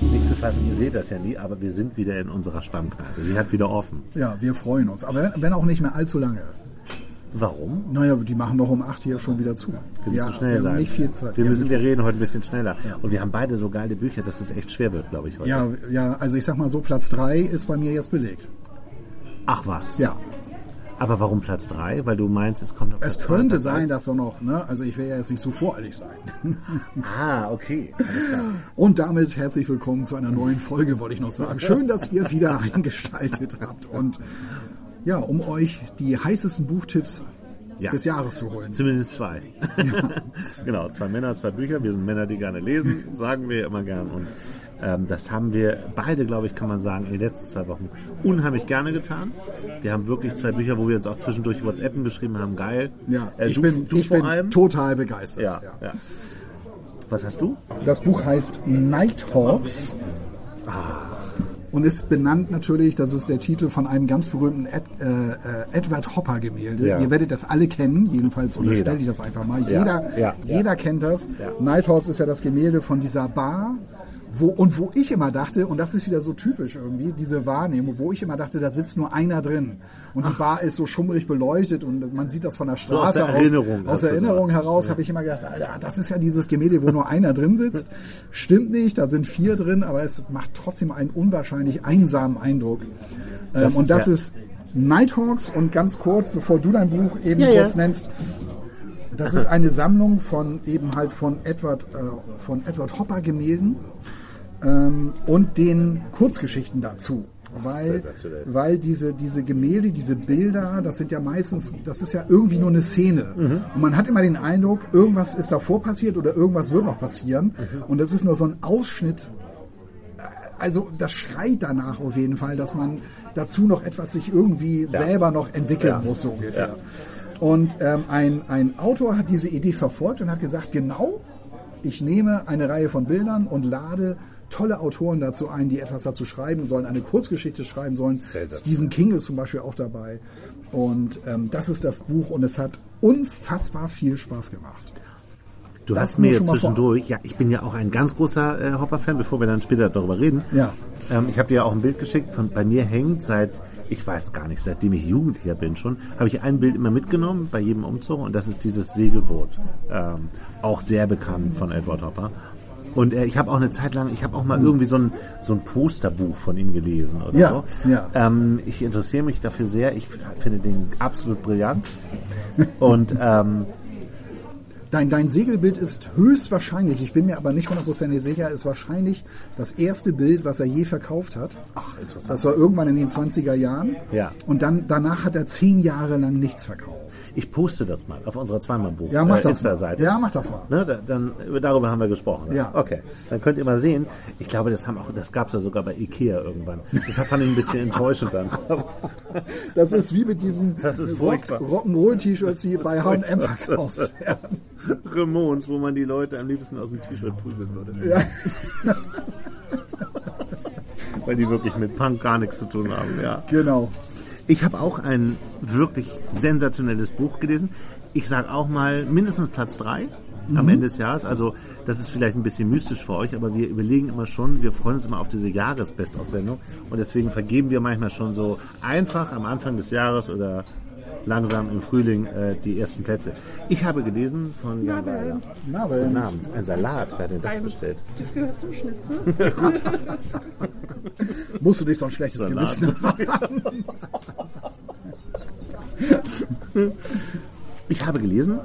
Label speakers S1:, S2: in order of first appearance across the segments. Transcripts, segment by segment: S1: Nicht zu fassen, ihr seht das ja nie, aber wir sind wieder in unserer Stammkneipe. Sie hat wieder offen.
S2: Ja, wir freuen uns. Aber wenn auch nicht mehr allzu lange.
S1: Warum?
S2: Naja, die machen doch um 8 hier schon wieder zu.
S1: Wir müssen schnell
S2: wir
S1: sein.
S2: haben nicht viel Zeit.
S1: Wir
S2: Ja,
S1: müssen,
S2: nicht
S1: wir
S2: viel
S1: reden heute ein bisschen schneller. Und wir haben beide so geile Bücher, dass es echt schwer wird, glaube ich, heute.
S2: Zeit. Ja, ja, also ich sag mal so, Platz 3 ist bei mir jetzt belegt.
S1: Ach was.
S2: Ja,
S1: Aber warum Platz 3? Weil du meinst, es kommt auf
S2: es
S1: Platz zwei,
S2: könnte
S1: Platz
S2: sein,
S1: eins?
S2: dass doch noch, ne? Also ich will ja jetzt nicht so voreilig sein.
S1: Ah, okay. Alles klar.
S2: Und damit herzlich willkommen zu einer neuen Folge, wollte ich noch sagen. Schön, dass ihr wieder eingeschaltet habt und ja, um euch die heißesten Buchtipps
S1: Ja.
S2: des Jahres zu holen.
S1: Zumindest zwei. genau, zwei Männer, zwei Bücher. Wir sind Männer, die gerne lesen, sagen wir immer gern. Und ähm, das haben wir beide, glaube ich, kann man sagen, in den letzten zwei Wochen unheimlich gerne getan. Wir haben wirklich zwei Bücher, wo wir uns auch zwischendurch WhatsAppen geschrieben haben. Geil.
S2: Ja,
S1: äh,
S2: ich
S1: du,
S2: bin,
S1: du
S2: ich
S1: vor
S2: bin
S1: allem.
S2: total begeistert.
S1: ja, ja. Was hast du?
S2: Das Buch heißt Nighthawks. Ah. Und ist benannt natürlich, das ist der Titel von einem ganz berühmten Ed, äh, äh, Edward Hopper Gemälde.
S1: Ja.
S2: Ihr werdet das alle kennen, jedenfalls unterstelle
S1: Jeder.
S2: ich das einfach mal.
S1: Ja, ja,
S2: Jeder,
S1: ja.
S2: jeder kennt das.
S1: Ja.
S2: Nighthawks ist ja das Gemälde von dieser Bar. Wo, und wo ich immer dachte, und das ist wieder so typisch irgendwie, diese Wahrnehmung, wo ich immer dachte, da sitzt nur einer drin. Und die Bar ist so schummrig beleuchtet und man sieht das von der
S1: aus
S2: Straße
S1: der Erinnerung
S2: aus. Aus
S1: hast du
S2: Erinnerung
S1: so.
S2: heraus habe ich immer gedacht, Alter, das ist ja dieses Gemälde, wo nur einer drin sitzt. Stimmt nicht, da sind vier drin, aber es macht trotzdem einen unwahrscheinlich einsamen Eindruck. Ähm,
S1: ist
S2: und das
S1: ja-
S2: ist Nighthawks und ganz kurz, bevor du dein Buch eben
S1: Ja, ja.
S2: kurz nennst, das ist eine Sammlung von eben halt von Edward, äh, von Edward Hopper Gemälden ähm, und den Kurzgeschichten dazu. Weil,
S1: sensationell.
S2: weil diese, diese Gemälde, diese Bilder, das sind ja meistens, das ist ja irgendwie nur eine Szene. Und man hat immer den Eindruck, irgendwas ist davor passiert oder irgendwas wird noch passieren. Und das ist nur so ein Ausschnitt also das schreit danach auf jeden Fall, dass man dazu noch etwas sich irgendwie selber noch entwickeln
S1: Ja.
S2: muss, so ungefähr. Und ähm, ein, ein Autor hat diese Idee verfolgt und hat gesagt, genau, ich nehme eine Reihe von Bildern und lade tolle Autoren dazu ein, die etwas dazu schreiben sollen, eine Kurzgeschichte schreiben sollen.
S1: Seltsam.
S2: Stephen King ist zum Beispiel auch dabei. Und ähm, das ist das Buch und es hat unfassbar viel Spaß gemacht.
S1: Du
S2: Das
S1: hast mir
S2: nur
S1: jetzt
S2: schon mal
S1: zwischendurch, ja, ich bin ja auch ein ganz großer äh, Hopper-Fan, bevor wir dann später darüber reden.
S2: Ja.
S1: Ähm, ich habe dir ja auch ein Bild geschickt, von, bei mir hängt seit, ich weiß gar nicht, seitdem ich Jugendlicher bin schon, habe ich ein Bild immer mitgenommen bei jedem Umzug und das ist dieses Segelboot. Ähm, auch sehr bekannt von Edward Hopper. Und äh, ich habe auch eine Zeit lang, ich habe auch mal irgendwie so ein, so ein Posterbuch von ihm gelesen oder
S2: Mhm. Ja,
S1: so.
S2: ja.
S1: Ähm, ich interessiere mich dafür sehr. Ich f- finde den absolut brillant. Und ähm,
S2: Dein, dein Segelbild ist höchstwahrscheinlich, ich bin mir aber nicht hundertprozentig sicher, ist wahrscheinlich das erste Bild, was er je verkauft hat.
S1: ach, interessant.
S2: Das war irgendwann in den 20er Jahren.
S1: Ja.
S2: Und dann, danach hat er zehn Jahre lang nichts verkauft.
S1: Ich poste das mal auf unserer zweimal Buch
S2: Ja, mach das mal.
S1: Insta-Seite.
S2: Ja, mach das mal.
S1: Ne, da, dann über- darüber haben wir gesprochen. ne?
S2: Ja.
S1: Okay. Dann könnt ihr mal sehen. Ich glaube, das haben auch, das gab es ja sogar bei Ikea irgendwann. Das fand ich ein bisschen enttäuschend dann.
S2: Das ist wie mit diesen
S1: Das ist
S2: Rock-
S1: furchtbar.
S2: Rock'n'Roll-T-Shirts, die bei H&M verkauft werden.
S1: Remons, wo man die Leute am liebsten aus dem T-Shirt prügeln würde. Weil die wirklich mit Punk gar nichts zu tun haben. Ja.
S2: Genau.
S1: Ich habe auch ein wirklich sensationelles Buch gelesen. Ich sage auch mal mindestens Platz 3 am Ende des Jahres. Also das ist vielleicht ein bisschen mystisch für euch, aber wir überlegen immer schon, wir freuen uns immer auf diese Jahresbest-of-Sendung und deswegen vergeben wir manchmal schon so einfach am Anfang des Jahres oder langsam im Frühling äh, die ersten Plätze. Ich habe gelesen von Jan Weiler.
S2: Marvin.
S1: Guten Abend. Ein Salat, wer hat denn das bestellt?
S3: Das gehört zum Schnitzel.
S2: Musst du nicht so ein schlechtes
S1: Salat.
S2: Gewissen haben.
S1: Ich habe gelesen,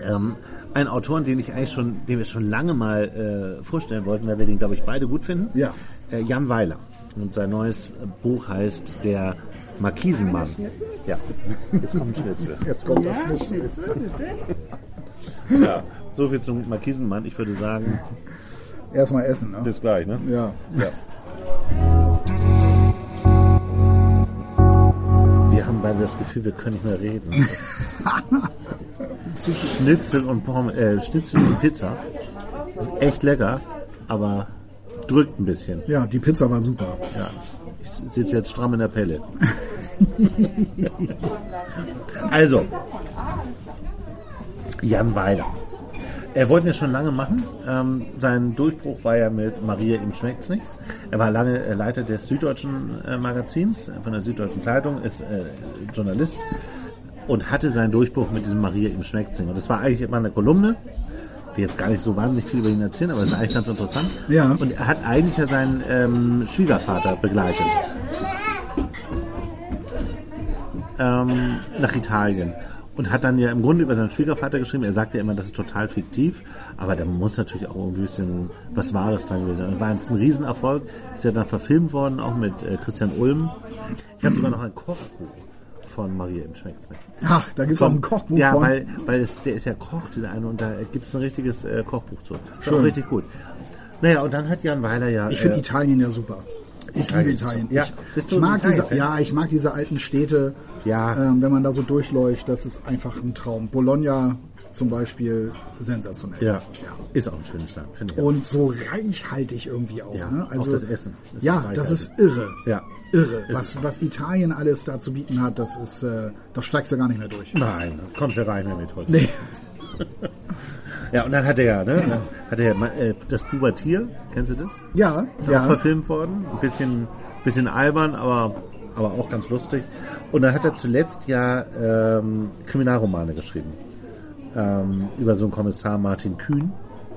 S1: ähm, einen Autoren, den ich eigentlich schon, den wir schon lange mal äh, vorstellen wollten, weil wir den, glaube ich, beide gut finden.
S2: Ja.
S1: Äh, Jan Weiler. Und sein neues äh, Buch heißt Der Markisenmann. Ja, jetzt kommt ein Schnitzel.
S2: Jetzt kommt das
S3: Ja,
S2: Schnitzel.
S3: Schnitzel, bitte.
S1: So viel zum Markisenmann. Ich würde sagen,
S2: Erstmal essen, ne?
S1: Bis gleich, ne?
S2: Ja.
S1: Wir haben beide das Gefühl, wir können nicht mehr reden. Zwischen Schnitzel und, Porm äh, Schnitzel und Pizza. Echt lecker, aber drückt ein bisschen.
S2: Ja, die Pizza war super.
S1: Ja. Ich sitze jetzt stramm in der Pelle. also, Jan Weiler. Er wollte ja schon lange machen. Ähm, sein Durchbruch war ja mit Maria, ihm schmeckt's nicht. Er war lange äh, Leiter des Süddeutschen äh, Magazins, äh, von der Süddeutschen Zeitung, ist äh, Journalist und hatte seinen Durchbruch mit diesem Maria, ihm schmeckt's nicht. Und das war eigentlich immer eine Kolumne. Ich will jetzt gar nicht so wahnsinnig viel über ihn erzählen, aber es ist eigentlich ganz interessant.
S2: Ja.
S1: Und er hat eigentlich ja seinen ähm, Schwiegervater begleitet. ähm, nach Italien und hat dann ja im Grunde über seinen Schwiegervater geschrieben. Er sagt ja immer, das ist total fiktiv, aber da muss natürlich auch irgendwie ein bisschen was Wahres dran gewesen sein. Das war jetzt ein Riesenerfolg, ist ja dann verfilmt worden, auch mit äh, Christian Ulm. Ich habe sogar noch ein Kochbuch von Maria im Schmeckt's nicht.
S2: Ach, da gibt es auch ein Kochbuch
S1: Ja,
S2: von.
S1: weil, weil es, der ist ja Koch, dieser eine, und da gibt es ein richtiges äh, Kochbuch zu. Ist auch
S2: Schön.
S1: richtig gut. Naja, und dann hat Jan Weiler ja...
S2: Ich finde
S1: äh,
S2: Italien ja super. Ich
S1: Italien
S2: liebe
S1: ist
S2: Italien.
S1: super. Ja.
S2: Ich,
S1: Bist du
S2: ich
S1: ein
S2: mag diese,
S1: Italien-Fan?
S2: ja, ich mag diese alten Städte.
S1: Ja.
S2: Ähm, wenn man da so durchläuft, das ist einfach ein Traum. Bologna zum Beispiel sensationell.
S1: ja, ist auch ein schönes Land, finde ich.
S2: Und so reichhaltig irgendwie auch.
S1: Ja,
S2: ne?
S1: auch das Essen ist
S2: ja,
S1: reichhaltig.
S2: das ist irre.
S1: Ja.
S2: Irre.
S1: Ist
S2: Was, was Italien alles da zu bieten hat, das ist, äh, da steigst du gar nicht mehr durch.
S1: Nein, kommst ja rein damit heute.
S2: Nee.
S1: Ja, und dann hat er ja, ne? dann Hat er ja mal, äh, das Pubertier, kennst du das?
S2: Ja,
S1: Ist auch
S2: ja.
S1: verfilmt worden. Ein bisschen, bisschen albern, aber, aber auch ganz lustig. Und dann hat er zuletzt ja ähm, Kriminalromane geschrieben. Ähm, über so einen Kommissar Martin Kühn.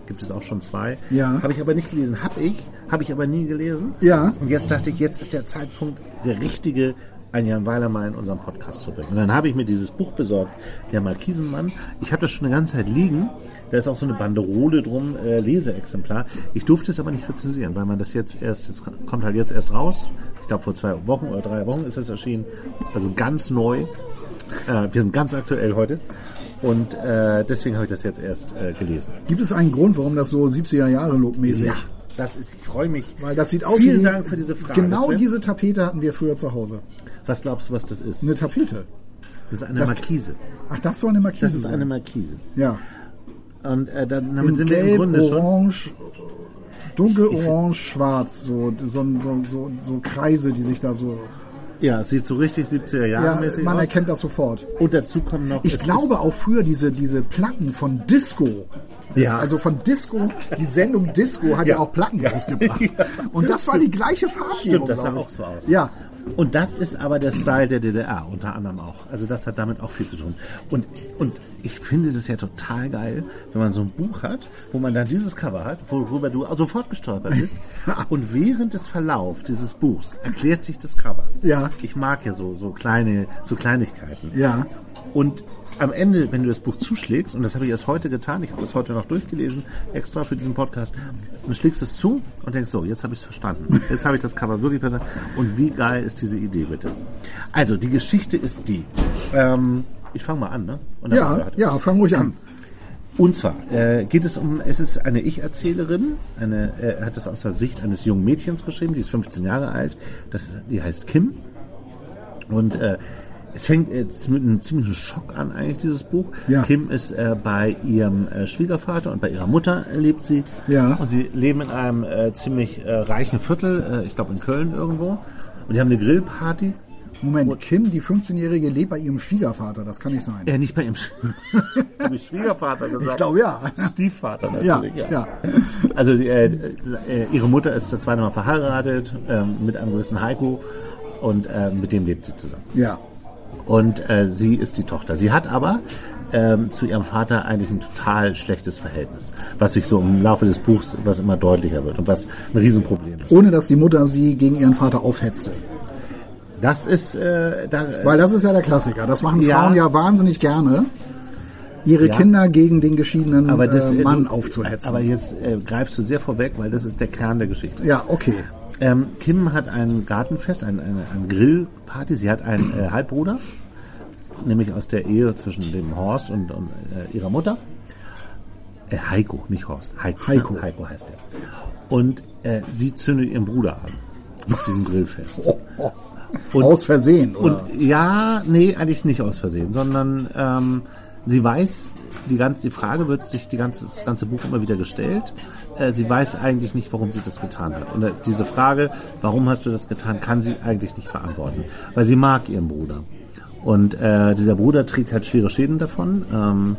S1: Gibt es auch schon zwei.
S2: Ja.
S1: Habe ich aber nicht gelesen. Hab ich, habe ich aber nie gelesen.
S2: Ja.
S1: Und jetzt dachte ich, jetzt ist der Zeitpunkt, der richtige, einen Jan Weiler mal in unserem Podcast zu bringen. Und dann habe ich mir dieses Buch besorgt, der Markisenmann. Ich habe das schon eine ganze Zeit liegen. Da ist auch so eine Banderole drum, äh, Leseexemplar. Ich durfte es aber nicht rezensieren, weil man das jetzt erst, es kommt halt jetzt erst raus. Ich glaube, vor zwei Wochen oder drei Wochen ist es erschienen. Also ganz neu. Äh, wir sind ganz aktuell heute. Und äh, deswegen habe ich das jetzt erst äh, gelesen.
S2: Gibt es einen Grund, warum das so 70er Jahre lobmäßig?
S1: das ist, ich freue mich.
S2: Weil das sieht aus
S1: Vielen
S2: wie
S1: Dank für diese Frage.
S2: Genau
S1: Sven.
S2: diese Tapete hatten wir früher zu Hause.
S1: Was glaubst du, was das ist?
S2: Eine Tapete.
S1: Das ist eine
S2: Ne, Das-
S1: Markise.
S2: Ach, das soll eine Markise
S1: Das ist
S2: sein.
S1: eine Markise.
S2: ja.
S1: Und äh, dann, damit
S2: In
S1: sind wir im
S2: Gelb,
S1: Grunde schon.
S2: Orange, dunkelorange, schwarz, so, so, so, so, so Kreise, die sich da so.
S1: Ja, es sieht so richtig 70er
S2: Ja,
S1: Jahre mäßig
S2: man
S1: aus.
S2: erkennt das sofort.
S1: Und dazu kommen noch.
S2: Ich
S1: es
S2: glaube auch früher diese, diese Platten von Disco. Das-
S1: Ja.
S2: Also von Disco, die Sendung Disco hat ja,
S1: Ja.
S2: auch Platten rausgebracht. Und das war die gleiche Farbe.
S1: Stimmt, das sah auch so aus.
S2: Ja,
S1: Und das ist aber der Style der DDR unter anderem auch. Also das hat damit auch viel zu tun. Und, und ich finde das ja total geil, wenn man so ein Buch hat, wo man dann dieses Cover hat, worüber du sofort gestolpert bist. und während des Verlaufs dieses Buchs erklärt sich das Cover.
S2: Ja.
S1: Ich mag ja so, so kleine, so Kleinigkeiten.
S2: ja.
S1: Und am Ende, wenn du das Buch zuschlägst, und das habe ich erst heute getan, ich habe das heute noch durchgelesen, extra für diesen Podcast, dann schlägst du es zu und denkst, so, jetzt habe ich es verstanden. Jetzt habe ich das Cover wirklich verstanden. Und wie geil ist diese Idee bitte? Also, die Geschichte ist die. Ähm, ich fange mal an, ne? Und dann
S2: Ja, ja, fang ruhig an.
S1: und zwar äh, geht es um, es ist eine Ich-Erzählerin, eine, äh, er hat es aus der Sicht eines jungen Mädchens geschrieben, die ist 15 Jahre alt, das, die heißt Kim. Und äh, es fängt jetzt mit einem ziemlichen Schock an, eigentlich, dieses Buch.
S2: Ja.
S1: Kim ist äh, bei ihrem äh, Schwiegervater und bei ihrer Mutter lebt sie.
S2: Ja.
S1: Und sie leben in einem äh, ziemlich äh, reichen Viertel, äh, ich glaube in Köln irgendwo. Und die haben eine Grillparty.
S2: Moment, Kim, die 15-Jährige, lebt bei ihrem Schwiegervater, das kann nicht sein.
S1: Äh, nicht bei ihrem Sch Hab ich Schwiegervater gesagt.
S2: Ich glaube ja.
S1: Stiefvater
S2: Ja,
S1: natürlich.
S2: ja.
S1: Also äh, äh, ihre Mutter ist das zweite Mal verheiratet ähm, mit einem gewissen Heiko und äh, mit dem lebt sie zusammen.
S2: Ja.
S1: Und äh, sie ist die Tochter. Sie hat aber ähm, zu ihrem Vater eigentlich ein total schlechtes Verhältnis, was sich so im Laufe des Buchs was immer deutlicher wird und was ein Riesenproblem ist.
S2: Ohne dass die Mutter sie gegen ihren Vater aufhetzte.
S1: das ist äh, da, äh,
S2: Weil das ist ja der Klassiker. Das machen
S1: Ja.
S2: Frauen ja wahnsinnig gerne. Ihre
S1: Ja.
S2: Kinder gegen den geschiedenen
S1: aber das,
S2: äh,
S1: äh,
S2: Mann
S1: du-
S2: aufzuhetzen.
S1: Aber jetzt äh, greifst du sehr vorweg, weil das ist der Kern der Geschichte.
S2: ja, okay.
S1: Ähm, Kim hat ein Gartenfest, ein, eine, eine Grillparty. Sie hat einen äh, Halbbruder, nämlich aus der Ehe zwischen dem Horst und, und äh, ihrer Mutter. Äh, Heiko, nicht Horst. Heiko.
S3: Heiko.
S1: ne? Heiko heißt er. Und äh, sie zündet ihren Bruder an. Auf diesem Grillfest. Und-
S3: Aus Versehen, oder?
S1: Und ja, nee, eigentlich nicht aus Versehen, sondern ähm, sie weiß, die, ganze, die Frage wird sich die ganze, das ganze Buch immer wieder gestellt. Äh, sie weiß eigentlich nicht, warum sie das getan hat. Und äh, diese Frage, warum hast du das getan, kann sie eigentlich nicht beantworten, weil sie mag ihren Bruder. Und äh, dieser Bruder trägt halt schwere Schäden davon. Ähm,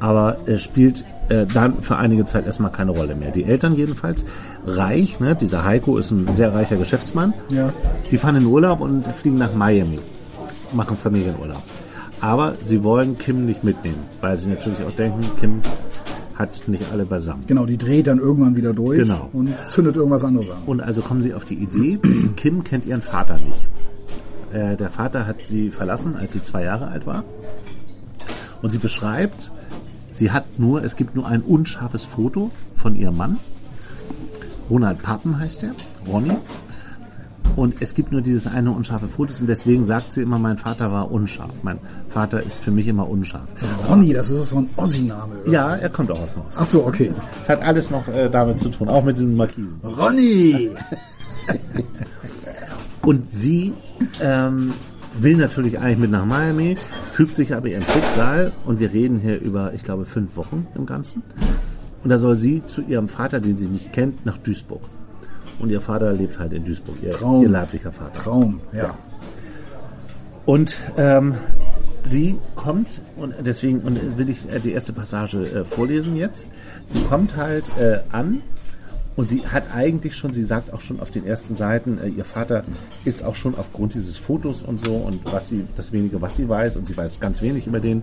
S1: aber er spielt äh, dann für einige Zeit erstmal keine Rolle mehr. Die Eltern jedenfalls reich, ne? dieser Heiko ist ein sehr reicher Geschäftsmann.
S3: Ja.
S1: Die fahren in Urlaub und fliegen nach Miami, machen Familienurlaub. Aber sie wollen Kim nicht mitnehmen, weil sie natürlich auch denken, Kim hat nicht alle beisammen.
S3: genau, die dreht dann irgendwann wieder durch
S1: Genau.
S3: und zündet irgendwas anderes an.
S1: Und also kommen sie auf die Idee, Kim kennt ihren Vater nicht. Äh, der Vater hat sie verlassen, als sie zwei Jahre alt war. Und sie beschreibt, sie hat nur, es gibt nur ein unscharfes Foto von ihrem Mann. Ronald Pappen heißt er, Ronny. Und es gibt nur dieses eine unscharfe Foto und deswegen sagt sie immer, mein Vater war unscharf. Mein Vater ist für mich immer unscharf.
S3: Ronny, das ist so ein Ossi-Name. oder?
S1: Ja, er kommt auch aus dem Haus.
S3: Ach so, okay.
S1: Es hat alles noch äh, damit zu tun, auch mit diesen Markisen.
S3: Ronny!
S1: Und sie ähm, will natürlich eigentlich mit nach Miami, fügt sich aber ihrem Schicksal und wir reden hier über, ich glaube, fünf Wochen im Ganzen. Und da soll sie zu ihrem Vater, den sie nicht kennt, nach Duisburg. Und ihr Vater lebt halt in Duisburg, ihr,
S3: Traum.
S1: ihr leiblicher Vater.
S3: Traum, ja.
S1: Und ähm, sie kommt, und deswegen und will ich äh, die erste Passage äh, vorlesen jetzt. Sie kommt halt äh, an und sie hat eigentlich schon, sie sagt auch schon auf den ersten Seiten, äh, ihr Vater ist auch schon aufgrund dieses Fotos und so und was sie, das wenige, was sie weiß, und sie weiß ganz wenig über den.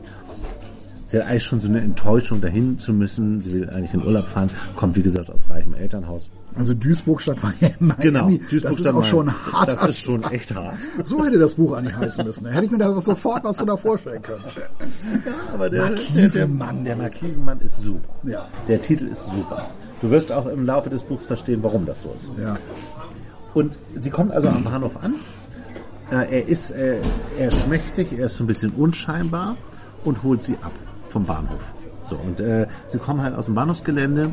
S1: Sie hat eigentlich schon so eine Enttäuschung, dahin zu müssen. Sie will eigentlich in Urlaub fahren, kommt wie gesagt aus reichem Elternhaus.
S3: Also Duisburg statt Miami.
S1: Genau.
S3: das ist
S1: Duisburg-Stadt
S3: auch schon
S1: Main.
S3: hart.
S1: Das ist schon echt hart.
S3: So hätte das Buch eigentlich heißen müssen. Da hätte ich mir da sofort was so da vorstellen können.
S1: Aber der
S3: Markisenmann.
S1: der, der, der Markisenmann ist super.
S3: Ja.
S1: Der Titel ist super. Du wirst auch im Laufe des Buchs verstehen, warum das so ist.
S3: Ja.
S1: Und sie kommt also am Bahnhof an. Äh, er ist äh, er ist schmächtig, er ist so ein bisschen unscheinbar und holt sie ab vom Bahnhof. So und äh, sie kommen halt aus dem Bahnhofsgelände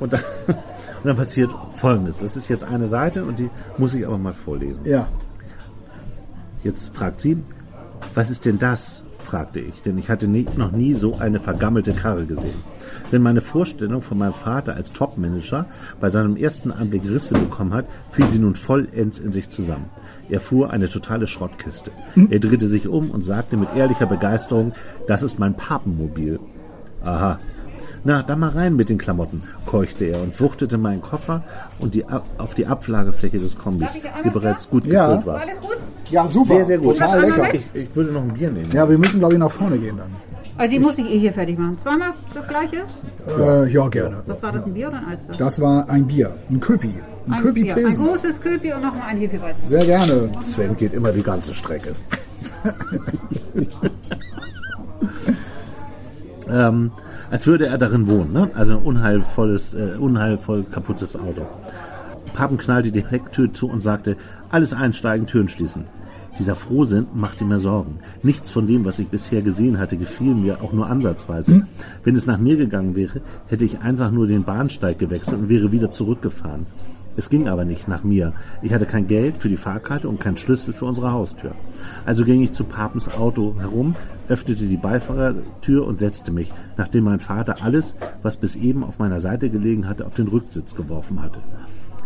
S1: und dann, und dann passiert Folgendes. Das ist jetzt eine Seite und die muss ich aber mal vorlesen.
S3: Ja.
S1: Jetzt fragt sie, was ist denn das? fragte ich, denn ich hatte nie, noch nie so eine vergammelte Karre gesehen. Wenn meine Vorstellung von meinem Vater als Topmanager bei seinem ersten Anblick Risse bekommen hat, fiel sie nun vollends in sich zusammen. Er fuhr eine totale Schrottkiste. Er drehte sich um und sagte mit ehrlicher Begeisterung, das ist mein Papenmobil. Aha. Na, dann mal rein mit den Klamotten, keuchte er und wuchtete meinen Koffer und die, Ab- auf die Ablagefläche des Kombis, die bereits gut
S3: Ja.
S1: gefüllt war.
S4: Alles gut?
S3: Ja, super.
S1: Sehr, sehr gut.
S3: Total lecker.
S1: Ich, ich würde noch ein Bier nehmen.
S3: Ja, wir müssen, glaube ich, nach vorne gehen dann.
S4: Also die muss ich eh hier fertig machen. Zweimal das gleiche?
S3: Ja, äh, ja gerne.
S4: Was war das, ein Bier oder ein Alster?
S3: Das war ein Bier. Ein Köpi. Ein,
S4: ein,
S3: Köpi
S4: Bier. ein
S3: Pilsen.
S4: großes Köpi und nochmal ein Hefeweizen.
S3: Sehr gerne.
S1: Sven geht immer die ganze Strecke. ähm, als würde er darin wohnen, ne? Also ein unheilvolles, äh, unheilvoll kaputtes Auto. Papen knallte die Hecktür zu und sagte, alles einsteigen, Türen schließen. Dieser Frohsinn machte mir Sorgen. Nichts von dem, was ich bisher gesehen hatte, gefiel mir auch nur ansatzweise. Wenn es nach mir gegangen wäre, hätte ich einfach nur den Bahnsteig gewechselt und wäre wieder zurückgefahren. Es ging aber nicht nach mir. Ich hatte kein Geld für die Fahrkarte und keinen Schlüssel für unsere Haustür. Also ging ich zu Papens Auto herum, öffnete die Beifahrertür und setzte mich, nachdem mein Vater alles, was bis eben auf meiner Seite gelegen hatte, auf den Rücksitz geworfen hatte.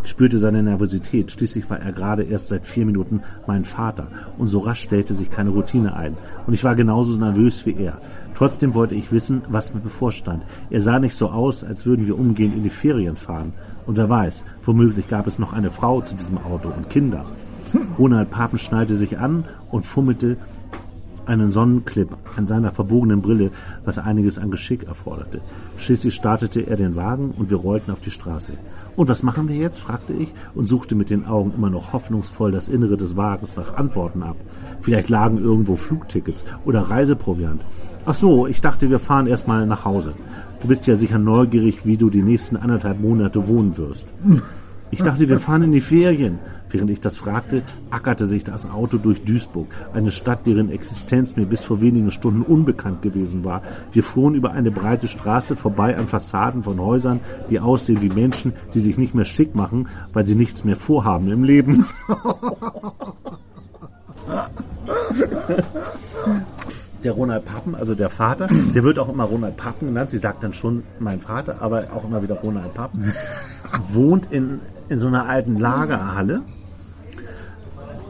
S1: Ich spürte seine Nervosität. Schließlich war er gerade erst seit vier Minuten mein Vater. Und so rasch stellte sich keine Routine ein. Und ich war genauso nervös wie er. Trotzdem wollte ich wissen, was mir bevorstand. Er sah nicht so aus, als würden wir umgehend in die Ferien fahren. Und wer weiß, womöglich gab es noch eine Frau zu diesem Auto und Kinder. Ronald Papen schnallte sich an und fummelte einen Sonnenclip an seiner verbogenen Brille, was einiges an Geschick erforderte. Schließlich startete er den Wagen und wir rollten auf die Straße. Und was machen wir jetzt? fragte ich und suchte mit den Augen immer noch hoffnungsvoll das Innere des Wagens nach Antworten ab. Vielleicht lagen irgendwo Flugtickets oder Reiseproviant. Ach so, ich dachte, wir fahren erstmal nach Hause. Du bist ja sicher neugierig, wie du die nächsten anderthalb Monate wohnen wirst. Ich dachte, wir fahren in die Ferien. Während ich das fragte, ackerte sich das Auto durch Duisburg, eine Stadt, deren Existenz mir bis vor wenigen Stunden unbekannt gewesen war. Wir fuhren über eine breite Straße vorbei an Fassaden von Häusern, die aussehen wie Menschen, die sich nicht mehr schick machen, weil sie nichts mehr vorhaben im Leben. der Ronald Pappen, also der Vater, der wird auch immer Ronald Pappen genannt. Sie sagt dann schon mein Vater, aber auch immer wieder Ronald Pappen. Wohnt in, in so einer alten Lagerhalle.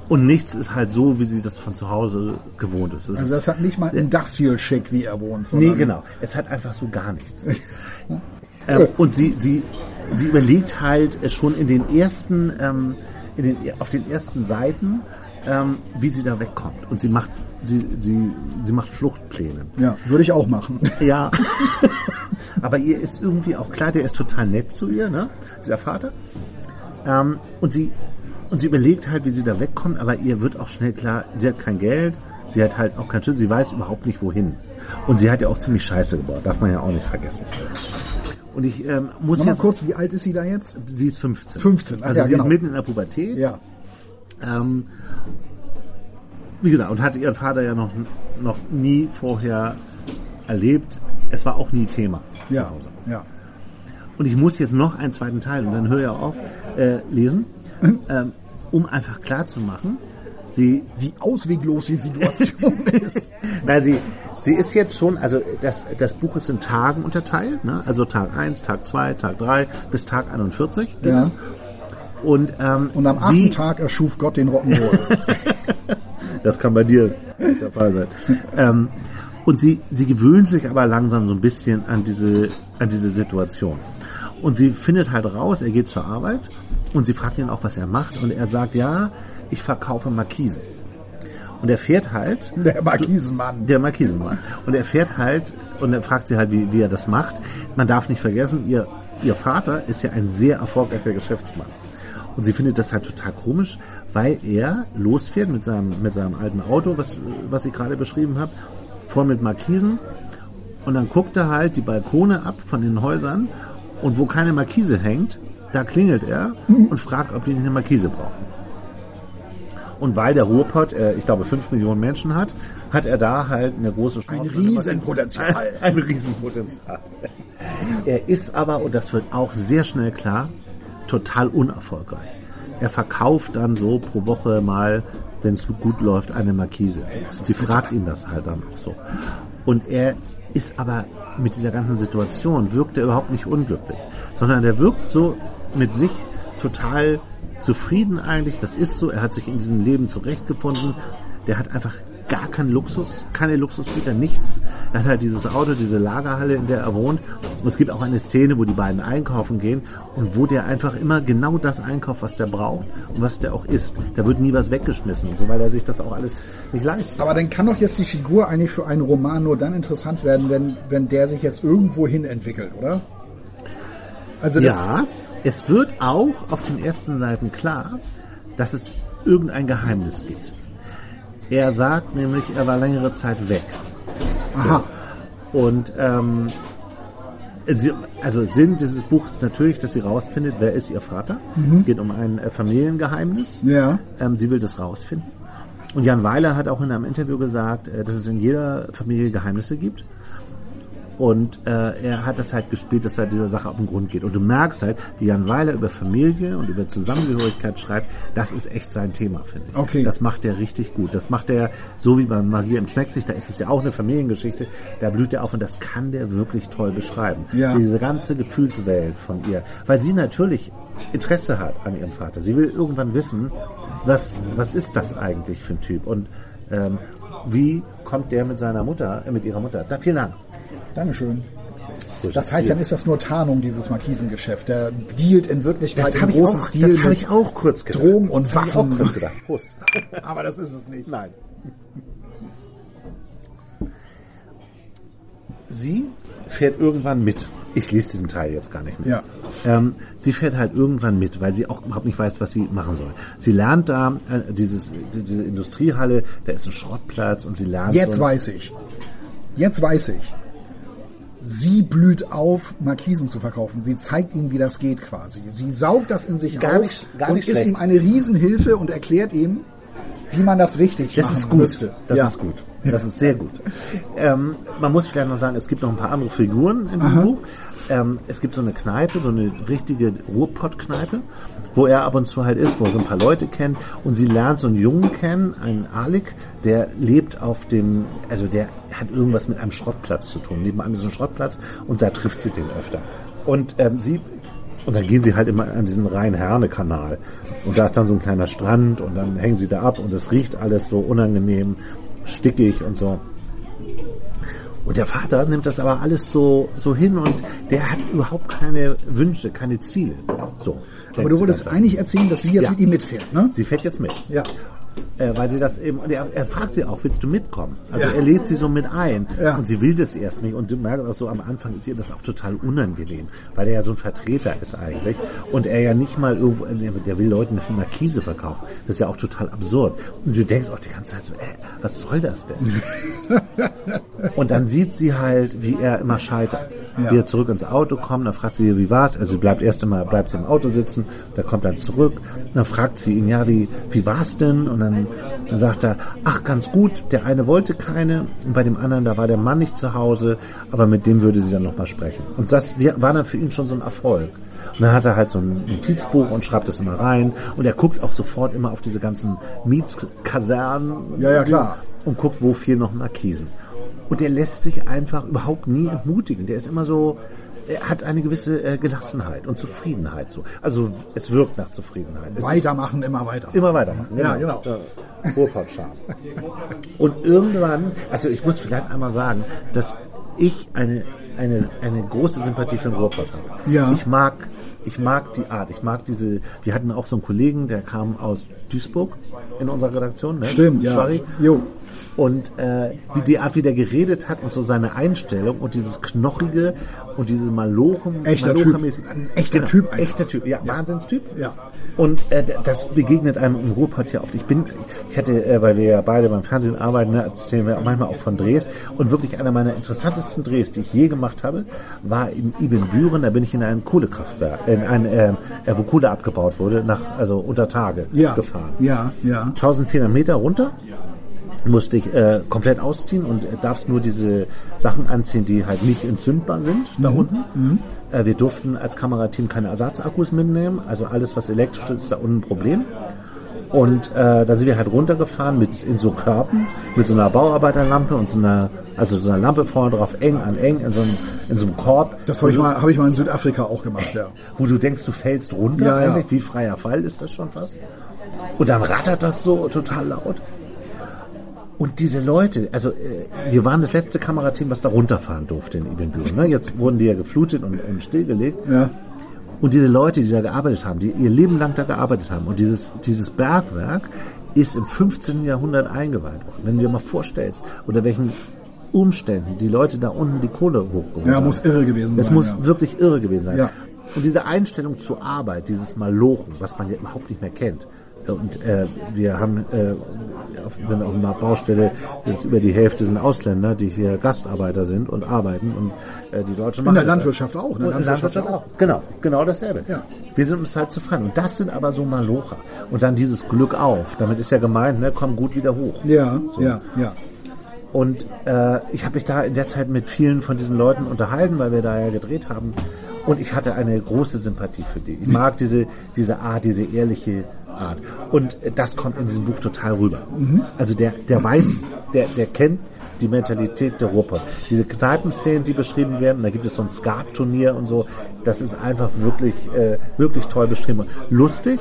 S1: Und nichts ist halt so, wie sie das von zu Hause gewohnt ist. Es
S3: Also
S1: ist
S3: das hat nicht mal Industrial Chic, wie er wohnt.
S1: nee,
S3: sondern-
S1: genau. Es hat einfach so gar nichts. ähm, und sie, sie, sie überlegt halt äh, schon in den ersten, ähm, in den, auf den ersten Seiten, ähm, wie sie da wegkommt. Und sie macht, sie, sie, sie macht Fluchtpläne.
S3: Ja, würde ich auch machen.
S1: Ja. Aber ihr ist irgendwie auch klar, der ist total nett zu ihr, ne? Dieser Vater. Ähm, und sie und sie überlegt halt, wie sie da wegkommt, aber ihr wird auch schnell klar, sie hat kein Geld, sie hat halt auch kein Schiff, sie weiß überhaupt nicht wohin. Und sie hat ja auch ziemlich Scheiße gebaut, darf man ja auch nicht vergessen. Und ich ähm, muss
S3: Nochmal
S1: jetzt
S3: kurz, wie alt ist sie da jetzt?
S1: sie ist 15.
S3: 15, ach
S1: also
S3: ja,
S1: sie
S3: genau.
S1: ist mitten in der Pubertät.
S3: Ja.
S1: Ähm, wie gesagt, und hatte ihren Vater ja noch, noch nie vorher erlebt. Es war auch nie Thema zu
S3: Ja.
S1: Hause.
S3: Ja.
S1: Und ich muss jetzt noch einen zweiten Teil, und dann höre ich auch auf, äh, lesen, ähm, um einfach klarzumachen, sie,
S3: Wie ausweglos die Situation ist.
S1: na, sie, sie ist jetzt schon, also das, das Buch ist in Tagen unterteilt, ne? also Tag 1, Tag 2, Tag 3 bis Tag 41. geht
S3: Ja.
S1: es. Und, ähm,
S3: Und am
S1: sie,
S3: achten Tag erschuf Gott den Rock'n'Roll.
S1: Das kann bei dir der Fall sein. ähm, und sie, sie gewöhnt sich aber langsam so ein bisschen an diese, an diese Situation. Und sie findet halt raus, er geht zur Arbeit und sie fragt ihn auch, was er macht. Und er sagt, ja, ich verkaufe Markisen. Und er fährt halt
S3: Der Markisenmann.
S1: der Markisenmann. Und er fährt halt und er fragt sie halt, wie, wie er das macht. Man darf nicht vergessen, ihr, ihr Vater ist ja ein sehr erfolgreicher Geschäftsmann. Und sie findet das halt total komisch, weil er losfährt mit seinem, mit seinem alten Auto, was, was ich gerade beschrieben habe, voll mit Markisen. Und dann guckt er halt die Balkone ab von den Häusern und wo keine Markise hängt, da klingelt er und fragt, ob die nicht eine Markise brauchen. Und weil der Ruhrpott, äh, ich glaube, 5 Millionen Menschen hat, hat er da halt eine große Chance.
S3: Ein Riesenpotenzial.
S1: Ein, ein Riesenpotenzial. Er ist aber, und das wird auch sehr schnell klar, total unerfolgreich. Er verkauft dann so pro Woche mal, wenn es gut läuft, eine Markise. Sie fragt ihn das halt dann auch so. Und er ist aber mit dieser ganzen Situation, wirkt er überhaupt nicht unglücklich, sondern er wirkt so mit sich total zufrieden eigentlich. Das ist so, er hat sich in diesem Leben zurechtgefunden. Der hat einfach gar keinen Luxus, keine Luxusgüter, nichts. Er hat halt dieses Auto, diese Lagerhalle, in der er wohnt. Und es gibt auch eine Szene, wo die beiden einkaufen gehen und wo der einfach immer genau das einkauft, was der braucht und was der auch isst. Da wird nie was weggeschmissen und so, weil er sich das auch alles nicht leisten
S3: Aber dann kann doch jetzt die Figur eigentlich für einen Roman nur dann interessant werden, wenn, wenn der sich jetzt irgendwo hin entwickelt, oder? Also das,
S1: Ja, es wird auch auf den ersten Seiten klar, dass es irgendein Geheimnis gibt. Er sagt nämlich, er war längere Zeit weg.
S3: Aha.
S1: Und ähm, sie, also Sinn dieses Buchs ist natürlich, dass sie rausfindet, wer ist ihr Vater. Es geht um ein äh, Familiengeheimnis.
S3: Ja.
S1: Ähm, sie will das rausfinden. Und Jan Weiler hat auch in einem Interview gesagt, äh, dass es in jeder Familie Geheimnisse gibt. Und äh, er hat das halt gespielt, dass er dieser Sache auf den Grund geht. Und du merkst halt, wie Jan Weiler über Familie und über Zusammengehörigkeit schreibt, das ist echt sein Thema, finde ich.
S3: Okay.
S1: Das macht er richtig gut. Das macht er so wie beim Magier im Schmecksicht, da ist es ja auch eine Familiengeschichte, da blüht er auf und das kann der wirklich toll beschreiben.
S3: Ja.
S1: Diese ganze Gefühlswelt von ihr. Weil sie natürlich Interesse hat an ihrem Vater. Sie will irgendwann wissen, was, was ist das eigentlich für ein Typ und ähm, wie kommt der mit seiner Mutter, äh, mit ihrer Mutter? Da vielen Dank.
S3: Dankeschön.
S1: So,
S3: Das heißt, dann ist das nur Tarnung, dieses Markisengeschäft. Der dealt in Wirklichkeit
S1: das
S3: im
S1: habe ich,
S3: großen
S1: auch-
S3: Stil
S1: das hab
S3: mit
S1: ich auch kurz gedacht.
S3: Drogen und
S1: Das hab ich auch
S3: Waffen.
S1: kurz gedacht. Prost.
S3: Aber das ist es nicht.
S1: Nein. Sie fährt irgendwann mit. Ich lese diesen Teil jetzt gar nicht mehr.
S3: Ja.
S1: Ähm, sie fährt halt irgendwann mit, weil sie auch überhaupt nicht weiß, was sie machen soll. Sie lernt da äh, dieses, diese Industriehalle, da ist ein Schrottplatz und sie lernt.
S3: Jetzt
S1: so ein-
S3: weiß ich. Jetzt weiß ich. sie blüht auf, Markisen zu verkaufen. Sie zeigt ihm, wie das geht quasi. Sie saugt das in sich
S2: Gar
S3: auf
S2: nicht- gar
S3: und
S2: nicht
S3: ist
S2: schlecht.
S3: ihm eine Riesenhilfe und erklärt ihm, wie man das richtig
S1: Das
S3: machen
S1: ist gut.
S3: müsste.
S1: Das
S3: ja.
S1: ist gut. Das ist sehr gut. Ähm, man muss vielleicht noch sagen, es gibt noch ein paar andere Figuren in diesem Buch. Ähm, es gibt so eine Kneipe, so eine richtige Ruhrpott-Kneipe, wo er ab und zu halt ist, wo er so ein paar Leute kennt. Und sie lernt so einen Jungen kennen, einen Alik, der lebt auf dem, also der hat irgendwas mit einem Schrottplatz zu tun. Nebenan ist ein Schrottplatz und da trifft sie den öfter. Und ähm, sie und dann gehen sie halt immer an diesen Rhein-Herne-Kanal. Und da ist dann so ein kleiner Strand und dann hängen sie da ab und es riecht alles so unangenehm, stickig und so. Und der Vater nimmt das aber alles so, so hin und der hat überhaupt keine Wünsche, keine Ziele. So.
S3: Aber du wolltest eigentlich erzählen, dass sie jetzt
S1: Ja.
S3: mit ihm mitfährt, ne?
S1: Sie fährt jetzt mit.
S3: Ja.
S1: Äh, weil sie das eben, und er, er fragt sie auch, willst du mitkommen? Also er lädt sie so mit ein
S3: Ja.
S1: und sie will das erst nicht und du merkst auch so, am Anfang ist ihr das auch total unangenehm, weil er ja so ein Vertreter ist eigentlich und er ja nicht mal irgendwo, der, der will Leuten eine Markise verkaufen. Das ist ja auch total absurd. Und du denkst auch die ganze Zeit so, äh, was soll das denn? Und dann sieht sie halt, wie er immer scheitert. Wie er zurück ins Auto kommt, dann fragt sie, wie war's? Also sie bleibt erst einmal, bleibt sie im Auto sitzen, da kommt dann zurück, dann fragt sie ihn, ja, wie, wie war's denn? Und dann, dann sagt er, ach, ganz gut, der eine wollte keine, und bei dem anderen, da war der Mann nicht zu Hause, aber mit dem würde sie dann nochmal sprechen. Und das wir- war dann für ihn schon so ein Erfolg. Und dann hat er halt so ein Notizbuch und schreibt das immer rein. Und er guckt auch sofort immer auf diese ganzen Mietskasernen
S3: Ja, ja, klar.
S1: und guckt, wo viel noch Markisen. Und der lässt sich einfach überhaupt nie entmutigen. Der ist immer so, er hat eine gewisse äh, Gelassenheit und Zufriedenheit. So. Also es wirkt nach Zufriedenheit. Es ist
S3: Weitermachen, immer weiter.
S1: immer weitermachen.
S3: Ja, genau.
S1: Ja. Ruhrpott-Charme. Und irgendwann, also ich muss vielleicht einmal sagen, dass ich eine, eine, eine große Sympathie für den Ruhrpott habe.
S3: Ja.
S1: Ich mag, ich mag die Art, ich mag diese, wir hatten auch so einen Kollegen, der kam aus Duisburg in unserer Redaktion. Ne?
S3: Stimmt, ja.
S1: Sorry.
S3: Jo.
S1: Und äh, wie die Art, wie der geredet hat und so seine Einstellung und dieses Knochige und dieses Malochen.
S3: Echter Typ.
S1: Malochermäßig- Genau.
S3: Ein echter Typ einfach.
S1: Echter Typ, ja. Wahnsinnstyp.
S3: Ja.
S1: Und äh, d- das begegnet einem im Ruhrpott ja oft. Ich bin, ich hatte, äh, weil wir ja beide beim Fernsehen arbeiten, ne, erzählen wir auch manchmal auch von Drehs. Und wirklich einer meiner interessantesten Drehs, die ich je gemacht habe, war in Ibbenbüren. Da bin ich in ein Kohlekraftwerk, in ein, äh, äh, wo Kohle abgebaut wurde, nach, also unter Tage
S3: Ja.
S1: gefahren.
S3: Ja, ja.
S1: 1400 Meter runter musste ich äh, komplett ausziehen und äh, darfst nur diese Sachen anziehen, die halt nicht entzündbar sind da unten. Äh, wir durften als Kamerateam keine Ersatzakkus mitnehmen, also alles, was elektrisch ist, ist da unten ein Problem. Und äh, da sind wir halt runtergefahren mit in so Körpen, mit so einer Bauarbeiterlampe und so einer, also so einer Lampe vorne drauf, eng an eng, in so einem, in so einem Korb.
S3: Das habe ich,
S1: Wo du-
S3: mal- hab ich mal in Südafrika auch gemacht, ja.
S1: wo du denkst, du fällst runter,
S3: Ja, ja.
S1: eigentlich, wie freier Fall ist das schon fast. Und dann rattert das so total laut. Und diese Leute, also äh, wir waren das letzte Kamerateam, was da runterfahren durfte in Ibbenbüren. Ne? Jetzt wurden die ja geflutet und, und stillgelegt.
S3: Ja.
S1: Und diese Leute, die da gearbeitet haben, die ihr Leben lang da gearbeitet haben und dieses, dieses Bergwerk ist im 15. Jahrhundert eingeweiht worden. Wenn du dir mal vorstellst, unter welchen Umständen die Leute da unten die Kohle hochgeholt
S3: Ja,
S1: haben.
S3: muss irre gewesen
S1: Das
S3: sein,
S1: muss
S3: ja.
S1: wirklich irre gewesen sein.
S3: Ja.
S1: Und diese Einstellung zur Arbeit, dieses Malochen, was man ja überhaupt nicht mehr kennt. Und äh, wir haben, äh, auf, wenn auf einer Baustelle jetzt über die Hälfte sind Ausländer, die hier Gastarbeiter sind und arbeiten und äh, die Deutschen machen
S3: der
S1: das halt.
S3: Landwirtschaft auch, ne?
S1: Und In der
S3: Landwirtschaft
S1: Landwirtschaft
S3: auch.
S1: auch. Genau, genau dasselbe.
S3: Ja.
S1: Wir sind uns halt zu fein. Und das sind aber so Malocher. Und dann dieses Glück auf. Damit ist ja gemeint, ne, komm gut wieder hoch.
S3: Ja,
S1: So.
S3: ja, ja.
S1: Und äh, ich habe mich da in der Zeit mit vielen von diesen Leuten unterhalten, weil wir da ja gedreht haben. Und ich hatte eine große Sympathie für die. Ich mag diese, diese Art, diese ehrliche Art. Und äh, das kommt in diesem Buch total rüber. Also der, der weiß, der, der kennt die Mentalität der Ruppe. Diese Kneipenszenen, die beschrieben werden, da gibt es so ein Skat-Turnier und so, das ist einfach wirklich, äh, wirklich toll beschrieben. Lustig,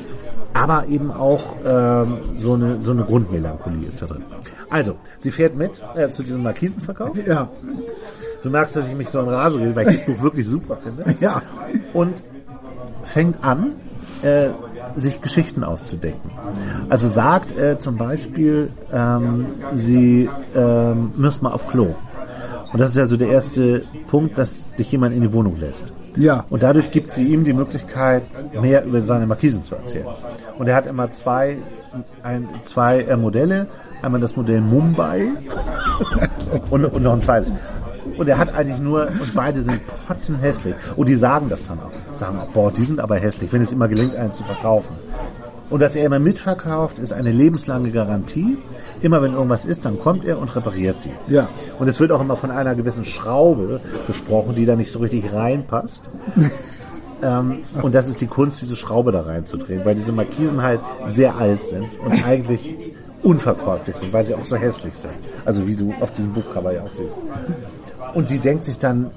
S1: aber eben auch ähm, so, eine, so eine Grundmelancholie ist da drin. Also, sie fährt mit äh, zu diesem Markisenverkauf.
S3: Ja,
S1: Du merkst, dass ich mich so in Rage rede, weil ich das Buch wirklich super finde.
S3: ja.
S1: Und fängt an, äh, sich Geschichten auszudenken. Also sagt äh, zum Beispiel, ähm, sie ähm, müssen mal auf Klo. Und das ist ja so der erste Punkt, dass dich jemand in die Wohnung lässt.
S3: Ja.
S1: Und dadurch gibt sie ihm die Möglichkeit, mehr über seine Markisen zu erzählen. Und er hat immer zwei, ein, zwei äh, Modelle. Einmal das Modell Mumbai und, und noch ein zweites. Und er hat eigentlich nur, und beide sind pottenhässlich. Und die sagen das dann auch. Sagen auch, boah, die sind aber hässlich, wenn es immer gelingt, einen zu verkaufen. Und dass er immer mitverkauft, ist eine lebenslange Garantie. Immer wenn irgendwas ist, dann kommt er und repariert die.
S2: Ja.
S1: Und es wird auch immer von einer gewissen Schraube gesprochen, die da nicht so richtig reinpasst. ähm, und das ist die Kunst, diese Schraube da reinzudrehen, weil diese Markisen halt sehr alt sind und eigentlich unverkäuflich sind, weil sie auch so hässlich sind. Also wie du auf diesem Buchcover ja auch siehst. Und sie denkt sich dann,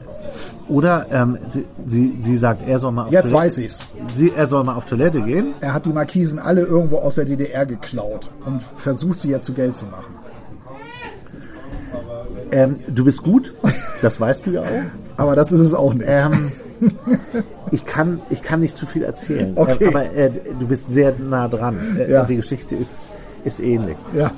S1: oder ähm, sie, sie, sie sagt, er soll mal auf
S2: Jetzt
S1: Toilette-
S2: weiß ich's.
S1: Sie, er soll mal auf Toilette gehen.
S2: Er hat die Markisen alle irgendwo aus der DDR geklaut und versucht sie jetzt zu Geld zu machen.
S1: Ähm, du bist gut, das weißt du ja auch.
S2: Aber das ist es auch nicht.
S1: Ähm, ich, kann, ich kann nicht zu viel erzählen,
S2: Okay.
S1: ähm, aber äh, du bist sehr nah dran. Äh,
S2: Ja.
S1: Die Geschichte ist, ist ähnlich.
S2: Ja.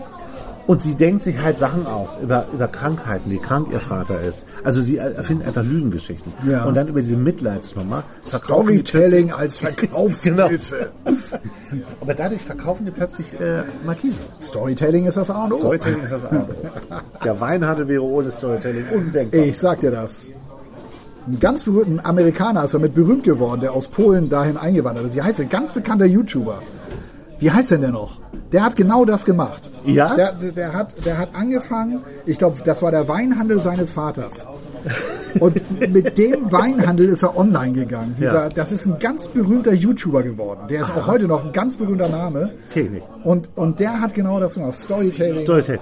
S1: Und sie denkt sich halt Sachen aus über, über Krankheiten, wie krank ihr Vater ist. Also sie erfinden einfach Lügengeschichten.
S2: Ja.
S1: Und dann über diese Mitleidsnummer. verkaufen die
S2: Storytelling als Verkaufshilfe.
S1: plötzlich- Genau. Aber dadurch verkaufen die plötzlich äh, Markise.
S2: Storytelling ist das A und O.
S1: Storytelling ist das andere. Der Weinhandel wäre ohne Storytelling undenkbar.
S2: Ich sag dir das. Ein ganz berühmter Amerikaner ist damit berühmt geworden, der aus Polen dahin eingewandert ist. Wie heißt der? Ganz bekannter YouTuber. Wie heißt denn der noch? Der hat genau das gemacht.
S1: Ja?
S2: Der, der, hat, der hat angefangen, ich glaube, das war der Weinhandel seines Vaters. Und mit dem Weinhandel ist er online gegangen. Dieser,
S1: Ja.
S2: Das ist ein ganz berühmter YouTuber geworden. Der ist auch heute noch ein ganz berühmter Name.
S1: Kenn ich nicht.
S2: Und, und der hat genau das gemacht. Storytelling.
S1: Storytelling.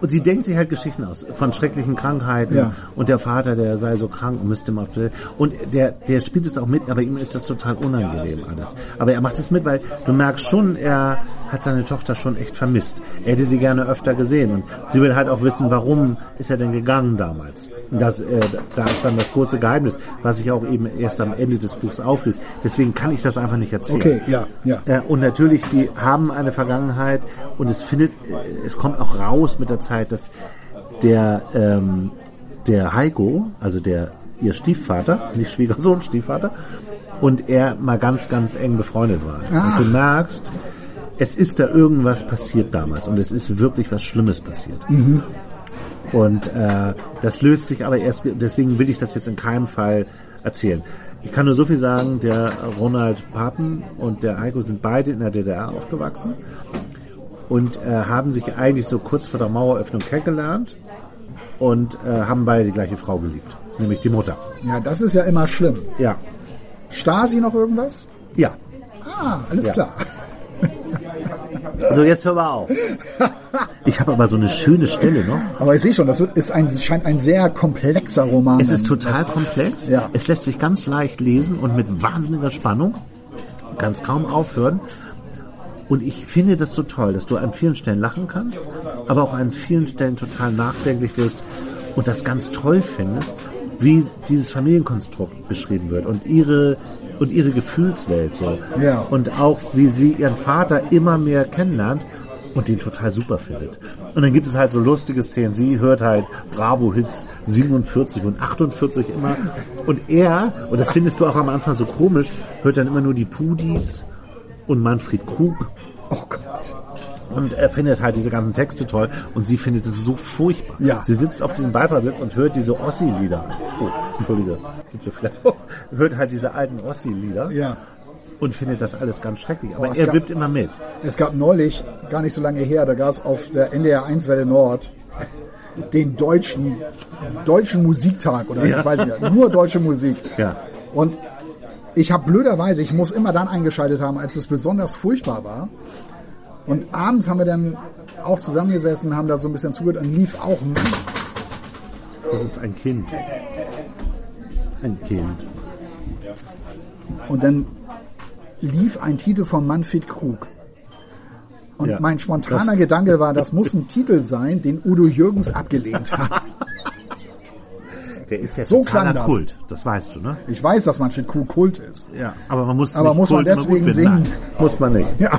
S1: Und sie denkt sich halt Geschichten aus von schrecklichen Krankheiten
S2: Ja.
S1: und der Vater, der sei so krank und müsste mal auf Toilette. Und der, der spielt es auch mit, aber ihm ist das total unangenehm alles. Aber er macht es mit, weil du merkst schon, er hat seine Tochter schon echt vermisst. Er hätte sie gerne öfter gesehen und sie will halt auch wissen, warum ist er denn gegangen damals. Und Das, äh, da ist dann das große Geheimnis, was ich auch eben erst am Ende des Buchs auflöst. Deswegen kann ich das einfach nicht erzählen.
S2: Okay, ja, ja.
S1: Äh, und natürlich, die haben eine Vergangenheit und es findet, äh, es kommt auch raus mit der Zeit, dass der, ähm, der Heiko, also der ihr Stiefvater, nicht Schwiegersohn, Stiefvater, und er mal ganz, ganz eng befreundet waren. Und du merkst, es ist da irgendwas passiert damals und es ist wirklich was Schlimmes passiert. Und äh, das löst sich aber erst, deswegen will ich das jetzt in keinem Fall erzählen. Ich kann nur so viel sagen, der Ronald Papen und der Heiko sind beide in der DDR aufgewachsen und äh, haben sich eigentlich so kurz vor der Maueröffnung kennengelernt und äh, haben beide die gleiche Frau geliebt, nämlich die Mutter.
S2: Ja, das ist ja immer schlimm.
S1: Ja,
S2: Stasi noch irgendwas?
S1: ja.
S2: Ah, alles
S1: Ja.
S2: klar.
S1: Also jetzt hör mal auf. Ich habe aber so eine schöne Stelle noch.
S2: Aber ich sehe schon, das wird, ist ein, scheint ein sehr komplexer Roman.
S1: Es ist total komplex.
S2: Ja.
S1: Es lässt sich ganz leicht lesen und mit wahnsinniger Spannung. Kannst kaum aufhören. Und ich finde das so toll, dass du an vielen Stellen lachen kannst, aber auch an vielen Stellen total nachdenklich wirst und das ganz toll findest, wie dieses Familienkonstrukt beschrieben wird und ihre und ihre Gefühlswelt so.
S2: Ja.
S1: Und auch wie sie ihren Vater immer mehr kennenlernt und den total super findet. Und dann gibt es halt so lustige Szenen. Sie hört halt Bravo-Hits 47 und 48 immer. Und er, und das findest du auch am Anfang so komisch, hört dann immer nur die Pudis und Manfred Krug.
S2: Oh Gott.
S1: Und er findet halt diese ganzen Texte toll und sie findet es so furchtbar.
S2: Ja.
S1: Sie sitzt auf diesem Beifahrersitz und hört diese Ossi-Lieder. an. Oh, Entschuldige. Gibt ja vielleicht. hört halt diese alten Ossi-Lieder
S2: Ja.
S1: und findet das alles ganz schrecklich. Aber
S2: Oh, es
S1: er
S2: gab-
S1: wippt immer mit.
S2: Es gab neulich, gar nicht so lange her, da gab es auf der NDR 1 Welle Nord den deutschen, deutschen Musiktag oder ich weiß nicht, nur deutsche Musik.
S1: Ja.
S2: Und ich habe blöderweise, ich muss immer dann eingeschaltet haben, als es besonders furchtbar war. Und abends haben wir dann auch zusammengesessen, haben da so ein bisschen zugehört und lief auch
S1: Das ist ein Kind. Ein Kind.
S2: Und dann lief ein Titel von Manfred Krug. Und
S1: Ja.
S2: mein spontaner
S1: Das-
S2: Gedanke war, das muss ein Titel sein, den Udo Jürgens abgelehnt hat.
S1: Der ist ja
S2: So klang
S1: totaler
S2: das.
S1: Kult. Das weißt du, ne?
S2: Ich weiß, dass Manfred Krug Kult ist.
S1: Ja. Aber man muss
S2: Aber
S1: nicht
S2: muss man
S1: Kult immer
S2: deswegen
S1: gut finden.
S2: singen?
S1: Nein, muss man nicht.
S2: Ja,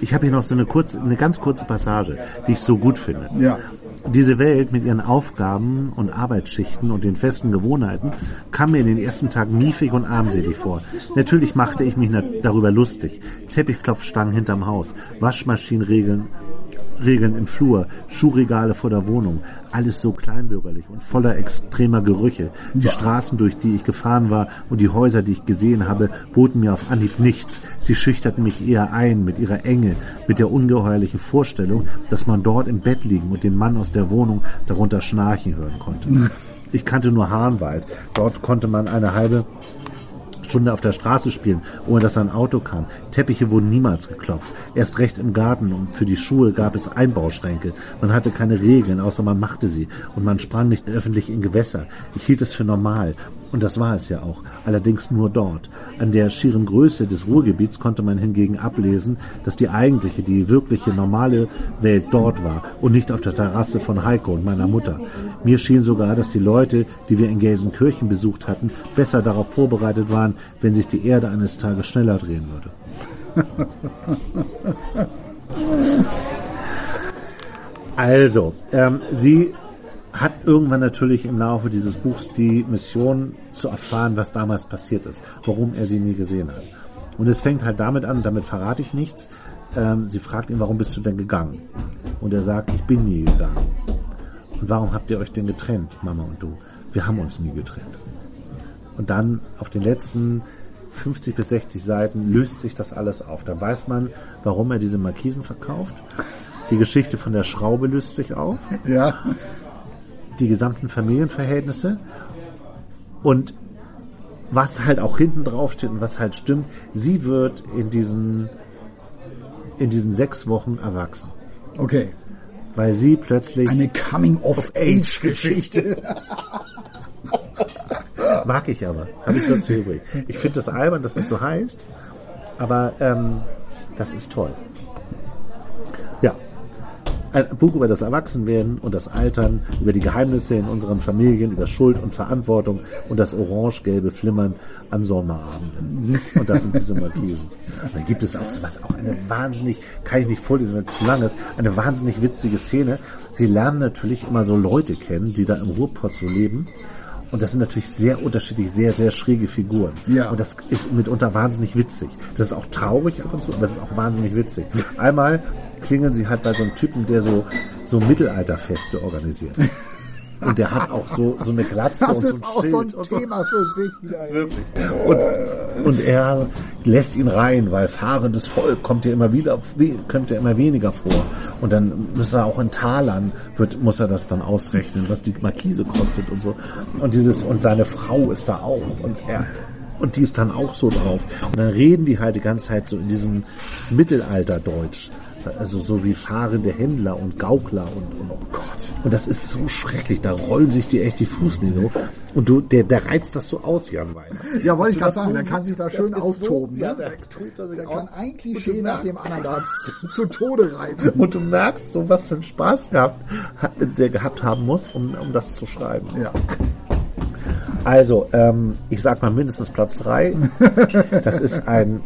S1: Ich habe hier noch so eine kurze, eine ganz kurze Passage, die ich so gut finde.
S2: Ja.
S1: Diese Welt mit ihren Aufgaben und Arbeitsschichten und den festen Gewohnheiten kam mir in den ersten Tagen miefig und armselig vor. Natürlich machte ich mich na- darüber lustig. Teppichklopfstangen hinterm Haus, Waschmaschinenregeln Regeln im Flur, Schuhregale vor der Wohnung, alles so kleinbürgerlich und voller extremer Gerüche. Die Straßen, durch die ich gefahren war und die Häuser, die ich gesehen habe, boten mir auf Anhieb nichts. Sie schüchterten mich eher ein mit ihrer Enge, mit der ungeheuerlichen Vorstellung, dass man dort im Bett liegen und den Mann aus der Wohnung darunter schnarchen hören konnte. Ich kannte nur Hahnwald. Dort konnte man eine halbe Stunde auf der Straße spielen, ohne dass ein Auto kam. Teppiche wurden niemals geklopft. Erst recht im Garten und für die Schuhe gab es Einbauschränke. Man hatte keine Regeln, außer man machte sie. Und man sprang nicht öffentlich in Gewässer. Ich hielt es für normal. Und das war es ja auch. Allerdings nur dort. An der schieren Größe des Ruhrgebiets konnte man hingegen ablesen, dass die eigentliche, die wirkliche normale Welt dort war und nicht auf der Terrasse von Heiko und meiner Mutter. Mir schien sogar, dass die Leute, die wir in Gelsenkirchen besucht hatten, besser darauf vorbereitet waren, wenn sich die Erde eines Tages schneller drehen würde. Also, ähm, sie hat irgendwann natürlich im Laufe dieses Buchs die Mission zu erfahren, was damals passiert ist, warum er sie nie gesehen hat. Und es fängt halt damit an, damit verrate ich nichts. Ähm, sie fragt ihn, warum bist du denn gegangen? Und er sagt, ich bin nie gegangen. Und warum habt ihr euch denn getrennt, Mama und du? Wir haben uns nie getrennt. Und dann auf den letzten 50 bis 60 Seiten löst sich das alles auf. Dann weiß man, warum er diese Markisen verkauft. Die Geschichte von der Schraube löst sich auf
S2: Ja.
S1: die gesamten Familienverhältnisse und was halt auch hinten drauf steht und was halt stimmt, sie wird in diesen, in diesen sechs Wochen erwachsen,
S2: Okay.
S1: weil sie plötzlich,
S2: Eine Coming-of-Age-Geschichte.
S1: mag ich aber, habe ich das für übrig. Ich finde das albern, dass das so heißt, aber ähm, das ist toll. Ja, Ein Buch über das Erwachsenwerden und das Altern, über die Geheimnisse in unseren Familien, über Schuld und Verantwortung und das orange-gelbe Flimmern an Sommerabenden. Und das sind diese Markisen. Und dann gibt es auch so was, auch eine wahnsinnig, kann ich nicht vorlesen, wenn es zu lang ist, eine wahnsinnig witzige Szene. Sie lernen natürlich immer so Leute kennen, die da im Ruhrpott so leben. Und das sind natürlich sehr unterschiedlich, sehr, sehr schräge Figuren.
S2: Ja.
S1: Und das ist mitunter wahnsinnig witzig. Das ist auch traurig ab und zu, aber es ist auch wahnsinnig witzig. Einmal klingeln sie halt bei so einem Typen, der so, so Mittelalterfeste organisiert. Und der hat auch so, so eine Glatze
S2: Das
S1: und so
S2: ist
S1: ein
S2: auch
S1: Schild
S2: so ein
S1: und
S2: Thema für sich wieder. ey.
S1: und er lässt ihn rein, weil fahrendes Volk kommt ja immer wieder, we- kommt ja immer weniger vor. Und dann muss er auch in Talern, wird, muss er das dann ausrechnen, was die Markise kostet und so. Und dieses, und seine Frau ist da auch. Und er, und die ist dann auch so drauf. Und dann reden die halt die ganze Zeit so in diesem Mittelalterdeutsch. Also so wie fahrende Händler und Gaukler und, und oh Gott. Und das ist so schrecklich. Da rollen sich die echt die Fußnägel hoch. Und du, der, der reizt das so aus, Jan Weiner.
S2: Ja, wollte ich gerade
S1: Das
S2: sagen,
S1: so-
S2: der kann sich da
S1: das
S2: schön
S1: ist so-
S2: austoben.
S1: ja,
S2: ne?
S1: der tobt da sich
S2: Der
S1: aus.
S2: kann ein Klischee
S1: Und du
S2: nach dem anderen da zu, zu Tode reiten.
S1: Und du merkst so, was für einen Spaß gehabt, hat, der gehabt haben muss, um, um das zu schreiben.
S2: Ja.
S1: Also, ähm, ich sag mal mindestens Platz 3. Das ist ein,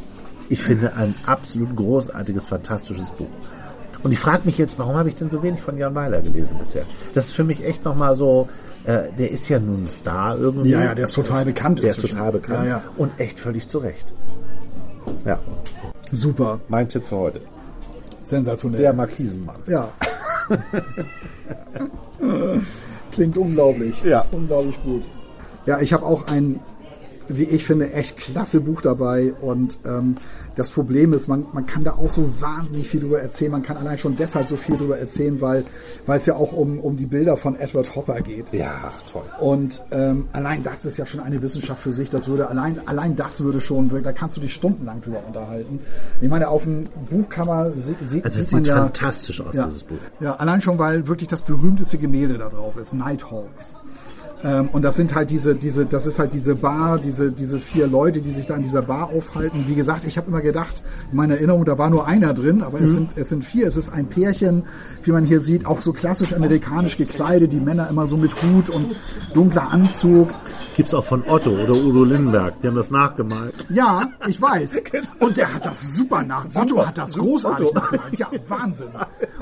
S1: ich finde, ein absolut großartiges, fantastisches Buch. Und ich frage mich jetzt, warum habe ich denn so wenig von Jan Weiler gelesen bisher? Das ist für mich echt nochmal so, äh, der ist ja nun ein Star irgendwie.
S2: Ja, ja, der ist total bekannt
S1: Der ist
S2: inzwischen.
S1: total bekannt.
S2: Ja, ja.
S1: Und echt völlig zu Recht. Ja,
S2: Super,
S1: mein Tipp für heute.
S2: sensationell.
S1: Der Markisenmann.
S2: ja. Klingt unglaublich.
S1: Ja.
S2: Unglaublich gut. Ja, ich habe auch ein, wie ich finde, echt klasse Buch dabei. Und ähm, das Problem ist, man, man kann da auch so wahnsinnig viel drüber erzählen. Man kann allein schon deshalb so viel drüber erzählen, weil weil es ja auch um, um die Bilder von Edward Hopper geht.
S1: Ja, toll.
S2: Und ähm, allein das ist ja schon eine Wissenschaft für sich. Das würde allein, allein das würde schon, wirken. da kannst du dich stundenlang drüber unterhalten. Ich meine, auf dem Buchcover sie, sie,
S1: Also
S2: sieht
S1: es
S2: man
S1: sieht
S2: ja,
S1: fantastisch aus,
S2: ja,
S1: dieses Buch.
S2: ja, allein schon, weil wirklich das berühmteste Gemälde da drauf ist, Nighthawks. Ähm, und das sind halt diese, diese, das ist halt diese Bar, diese, diese vier Leute, die sich da in dieser Bar aufhalten. Wie gesagt, ich habe immer gedacht, in meiner Erinnerung, da war nur einer drin, aber
S1: Mhm.
S2: es, sind, es sind vier. Es ist ein Pärchen, wie man hier sieht, auch so klassisch amerikanisch gekleidet, die Männer immer so mit Hut und dunkler Anzug.
S1: Gibt es auch von Otto oder Udo Lindenberg. Die haben das nachgemalt.
S2: Ja, ich weiß.
S1: Genau.
S2: Und der hat das super nach. Otto hat das großartig nachgemalt. Ja, Wahnsinn.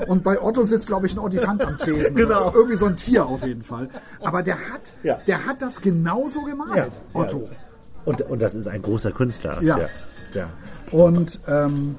S2: Und bei Otto sitzt, glaube ich, ein Ordifant am Tresen.
S1: Genau.
S2: Irgendwie so ein Tier auf jeden Fall. Aber der hat,
S1: Ja.
S2: der hat das genauso gemalt, Otto.
S1: Und, und das ist ein großer Künstler.
S2: Ja.
S1: Der, der
S2: Und ähm,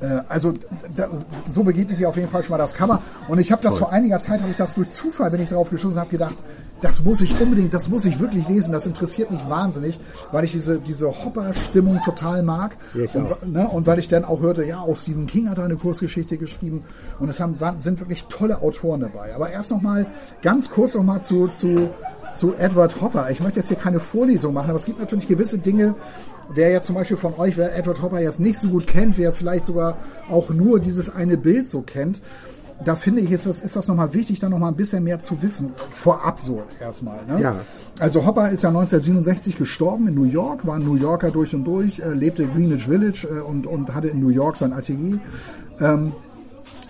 S2: Äh, also da, so begegnet ich auf jeden Fall schon mal das Cover. Und ich habe das vor einiger Zeit, habe ich das durch Zufall, bin ich drauf geschossen, habe gedacht, das muss ich unbedingt, das muss ich wirklich lesen. Das interessiert mich wahnsinnig, weil ich diese, diese Hopper-Stimmung total mag.
S1: Ja, ich
S2: und,
S1: auch.
S2: ne, und weil ich dann auch hörte, ja, auch Stephen King hat da eine Kurzgeschichte geschrieben und es haben, waren, sind wirklich tolle Autoren dabei. Aber erst nochmal, ganz kurz nochmal zu, zu, zu Edward Hopper. Ich möchte jetzt hier keine Vorlesung machen, aber es gibt natürlich gewisse Dinge, wer jetzt zum Beispiel von euch, wer Edward Hopper jetzt nicht so gut kennt, wer vielleicht sogar auch nur dieses eine Bild so kennt, da finde ich, ist das, ist das nochmal wichtig, da nochmal ein bisschen mehr zu wissen. Vorab so erstmal. Ne?
S1: Ja.
S2: Also Hopper ist ja 1967 gestorben in New York, war ein New Yorker durch und durch, äh, lebte in Greenwich Village äh, und, und hatte in New York sein Atelier. Ähm,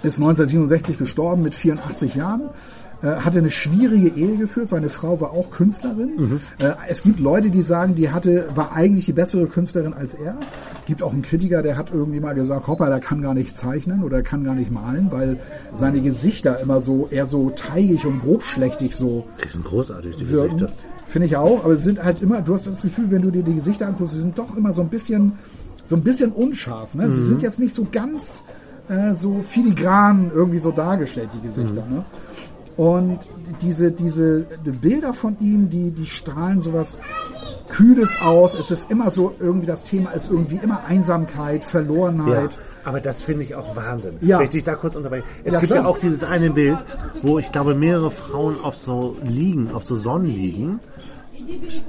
S2: ist 1967 gestorben mit 84 Jahren. äh, Hatte eine schwierige Ehe geführt. Seine Frau war auch Künstlerin. Äh, Es gibt Leute, die sagen, die hatte, war eigentlich die bessere Künstlerin als er. Gibt auch einen Kritiker, der hat irgendwie mal gesagt, Hopper, der kann gar nicht zeichnen oder kann gar nicht malen, weil seine Gesichter immer so, eher so teigig und grobschlächtig so
S1: Die sind großartig, die
S2: wirken.
S1: Gesichter.
S2: Finde ich auch, aber es sind halt immer, du hast das Gefühl, wenn du dir die Gesichter anguckst, sie sind doch immer so ein bisschen, so ein bisschen unscharf. Ne? Sie
S1: Mhm.
S2: sind jetzt nicht so ganz äh, so filigran irgendwie so dargestellt, die Gesichter.
S1: Mhm.
S2: Ne? Und diese, diese Bilder von ihm, die, die strahlen sowas Kühles aus. Es ist immer so, irgendwie das Thema ist irgendwie immer Einsamkeit,
S1: Ja,
S2: Verlorenheit.
S1: aber das finde ich auch Wahnsinn.
S2: Ja.
S1: Wenn ich dich da kurz unterbreche. Es
S2: Ja,
S1: gibt
S2: klar.
S1: ja auch dieses eine Bild, wo ich glaube, mehrere Frauen auf so liegen, auf so Sonnen liegen.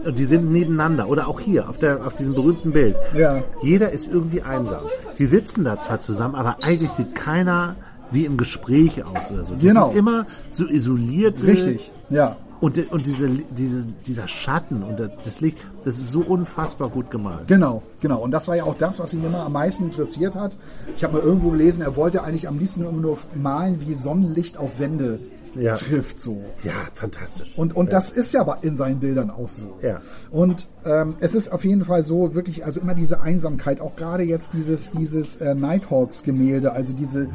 S1: Die sind nebeneinander. Oder auch hier, auf, der, auf diesem berühmten Bild.
S2: Ja.
S1: Jeder ist irgendwie einsam. Die sitzen da zwar zusammen, aber eigentlich sieht keiner wie im Gespräch aus oder so. Die
S2: Genau.
S1: sind immer so isoliert. äh,
S2: Richtig, ja.
S1: Und, und diese, diese, dieser Schatten und das, das Licht, das ist so unfassbar gut gemalt.
S2: Genau, genau. Und das war ja auch das, was ihn immer am meisten interessiert hat. Ich habe mal irgendwo gelesen, er wollte eigentlich am liebsten immer nur malen, wie Sonnenlicht auf Wände
S1: Ja.
S2: trifft so.
S1: Ja, fantastisch.
S2: Und, und das ist ja aber in seinen Bildern auch so.
S1: Ja.
S2: Und ähm, es ist auf jeden Fall so, wirklich, also immer diese Einsamkeit, auch gerade jetzt dieses, dieses äh, Nighthawks-Gemälde, also diese,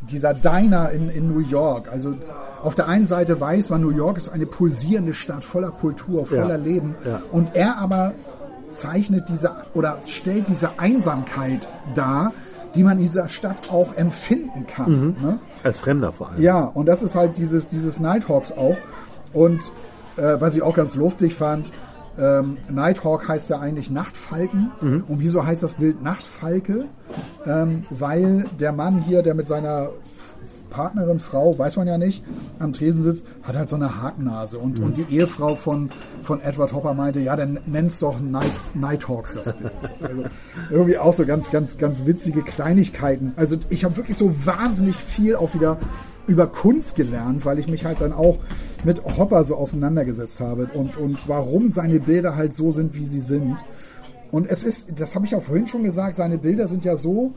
S2: dieser Diner in, in New York. Also auf der einen Seite weiß man, New York ist eine pulsierende Stadt voller Kultur, voller
S1: Ja.
S2: Leben.
S1: Ja.
S2: Und er aber zeichnet diese oder stellt diese Einsamkeit dar, die man in dieser Stadt auch empfinden kann.
S1: Mhm.
S2: Ne?
S1: Als Fremder vor allem.
S2: Ja, und das ist halt dieses, dieses Nighthawks auch. Und äh, was ich auch ganz lustig fand, ähm, Nighthawk heißt ja eigentlich Nachtfalken. Und wieso heißt das Bild Nachtfalke? Ähm, weil der Mann hier, der mit seiner F- Partnerin, Frau, weiß man ja nicht, am Tresen sitzt, hat halt so eine Hakennase. Und, und die Ehefrau von, von Edward Hopper meinte, ja, dann nenn's doch Night, Nighthawks das Bild. Also, irgendwie auch so ganz, ganz, ganz witzige Kleinigkeiten. Also ich habe wirklich so wahnsinnig viel auch wieder über Kunst gelernt, weil ich mich halt dann auch mit Hopper so auseinandergesetzt habe und, und warum seine Bilder halt so sind, wie sie sind. Und es ist, das habe ich auch vorhin schon gesagt, seine Bilder sind ja so,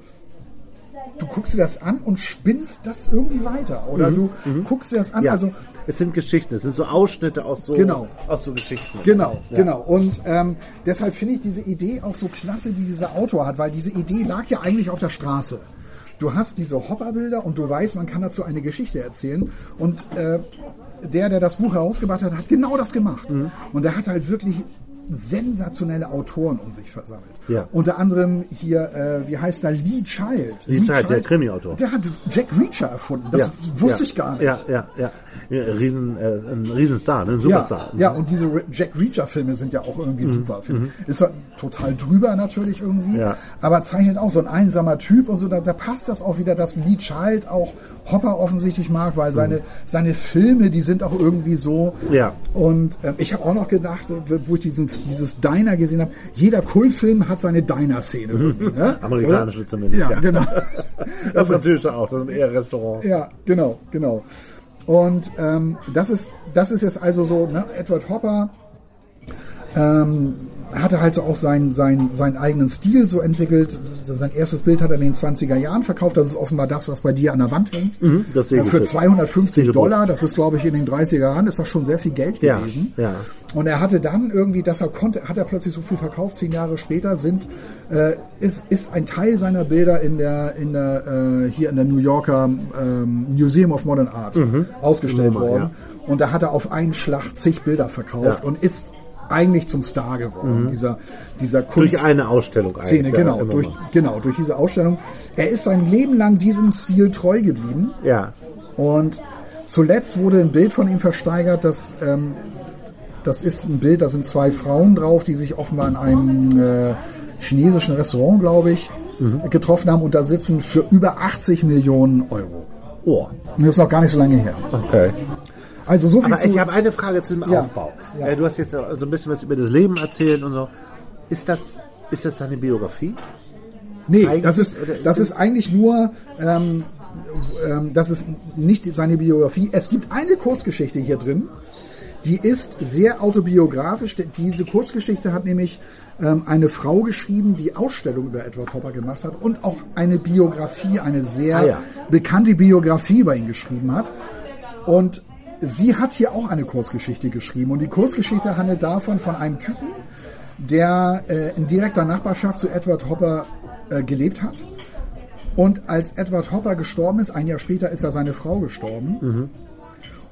S2: du guckst dir das an und spinnst das irgendwie weiter. Oder du guckst dir das an,
S1: Ja.
S2: also
S1: es sind Geschichten, es sind so Ausschnitte aus so,
S2: Genau.
S1: aus so Geschichten.
S2: Genau,
S1: Ja.
S2: genau. Und ähm, deshalb finde ich diese Idee auch so klasse, die dieser Autor hat, weil diese Idee lag ja eigentlich auf der Straße. Du hast diese Hopperbilder und du weißt, man kann dazu eine Geschichte erzählen. Und äh, der, der das Buch herausgebracht hat, hat genau das gemacht.
S1: Mhm.
S2: Und er hat halt wirklich sensationelle Autoren um sich versammelt.
S1: Ja.
S2: Unter anderem hier, äh, wie heißt er, Lee Child.
S1: Lee Child, der Krimiautor.
S2: Der hat Jack Reacher erfunden. Das
S1: Ja.
S2: wusste
S1: ja.
S2: ich gar nicht.
S1: Ja, ja, ja. ja Riesen, äh, ein Riesenstar, ne? ein Superstar. Mhm.
S2: Ja, ja und diese Re- Jack Reacher-Filme sind ja auch irgendwie super. Film. Ist ja total drüber natürlich irgendwie,
S1: Ja.
S2: aber zeichnet auch so ein einsamer Typ und so. Da, da passt das auch wieder, dass Lee Child auch Hopper offensichtlich mag, weil seine, seine Filme, die sind auch irgendwie so.
S1: Mhm. Ja.
S2: Und ähm, ich habe auch noch gedacht, wo ich diesen, dieses Diner gesehen habe, jeder Kultfilm hat seine Diner-Szene. irgendwie, Ne?
S1: Mhm. Amerikanische
S2: Oder?
S1: zumindest,
S2: Ja,
S1: ja.
S2: genau.
S1: Das Französische auch, das sind eher Restaurants.
S2: Ja, genau, genau. Und ähm, das, ist, das ist jetzt also so, ne, Edward Hopper ähm, hatte halt so auch seinen, seinen, seinen eigenen Stil so entwickelt. Sein erstes Bild hat er in den 20er Jahren verkauft. Das ist offenbar das, was bei dir an der Wand hängt.
S1: das
S2: Äh, Für
S1: Segelschiff.
S2: 250
S1: Segelboot.
S2: Dollar, das ist glaube ich in den 30er Jahren, ist das schon sehr viel Geld
S1: Ja,
S2: gewesen.
S1: ja.
S2: Und er hatte dann irgendwie, dass er konnte, hat er plötzlich so viel verkauft. Zehn Jahre später sind, äh, ist, ist ein Teil seiner Bilder in der, in der, äh, hier in der New Yorker ähm, Museum of Modern Art ausgestellt
S1: Mhm. Nummer,
S2: worden. Und da hat er auf einen Schlag zig Bilder verkauft
S1: Ja. Mhm.
S2: und ist eigentlich zum Star geworden, dieser, dieser Kunst.
S1: Durch eine Ausstellung
S2: Szene,
S1: ja,
S2: genau
S1: immer
S2: durch,
S1: mal.
S2: genau, durch diese Ausstellung. Er ist sein Leben lang diesem Stil treu geblieben
S1: Ja,
S2: und zuletzt wurde ein Bild von ihm versteigert, das, ähm, das ist ein Bild, da sind zwei Frauen drauf, die sich offenbar in einem äh, chinesischen Restaurant, glaube ich,
S1: Mhm.
S2: getroffen haben und da sitzen für über 80 Millionen Euro.
S1: oh,
S2: Das ist noch gar nicht so lange her.
S1: okay.
S2: Also so viel
S1: Aber
S2: zu...
S1: ich habe eine Frage zum
S2: Ja.
S1: Aufbau.
S2: Ja.
S1: Äh, Du hast jetzt so ein bisschen was über das Leben erzählt und so. Ist das, ist das seine Biografie?
S2: Nee,
S1: Eigentlich-
S2: das ist,
S1: oder ist
S2: das
S1: es-
S2: ist eigentlich nur, ähm, ähm, das ist nicht seine Biografie. Es gibt eine Kurzgeschichte hier drin, die ist sehr autobiografisch. denn Diese Kurzgeschichte hat nämlich ähm, eine Frau geschrieben, die Ausstellung über Edward Hopper gemacht hat und auch eine Biografie, eine sehr
S1: Ah, ja.
S2: bekannte Biografie über ihn geschrieben hat. Und sie hat hier auch eine Kurzgeschichte geschrieben. Und die Kurzgeschichte handelt davon von einem Typen, der äh, in direkter Nachbarschaft zu Edward Hopper äh, gelebt hat. Und als Edward Hopper gestorben ist, ein Jahr später ist ja seine Frau gestorben.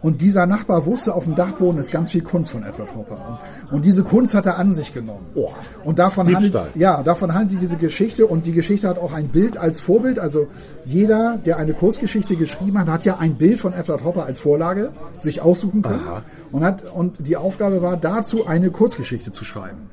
S2: Und dieser Nachbar wusste, auf dem Dachboden ist ganz viel Kunst von Edward Hopper. Und, und diese Kunst hat er an sich genommen.
S1: Oh.
S2: Und davon handelt,
S1: Diebstahl.
S2: ja, davon handelt diese Geschichte. Und die Geschichte hat auch ein Bild als Vorbild. Also jeder, der eine Kurzgeschichte geschrieben hat, hat ja ein Bild von Edward Hopper als Vorlage sich aussuchen können. Und, hat, und die Aufgabe war, dazu eine Kurzgeschichte zu schreiben.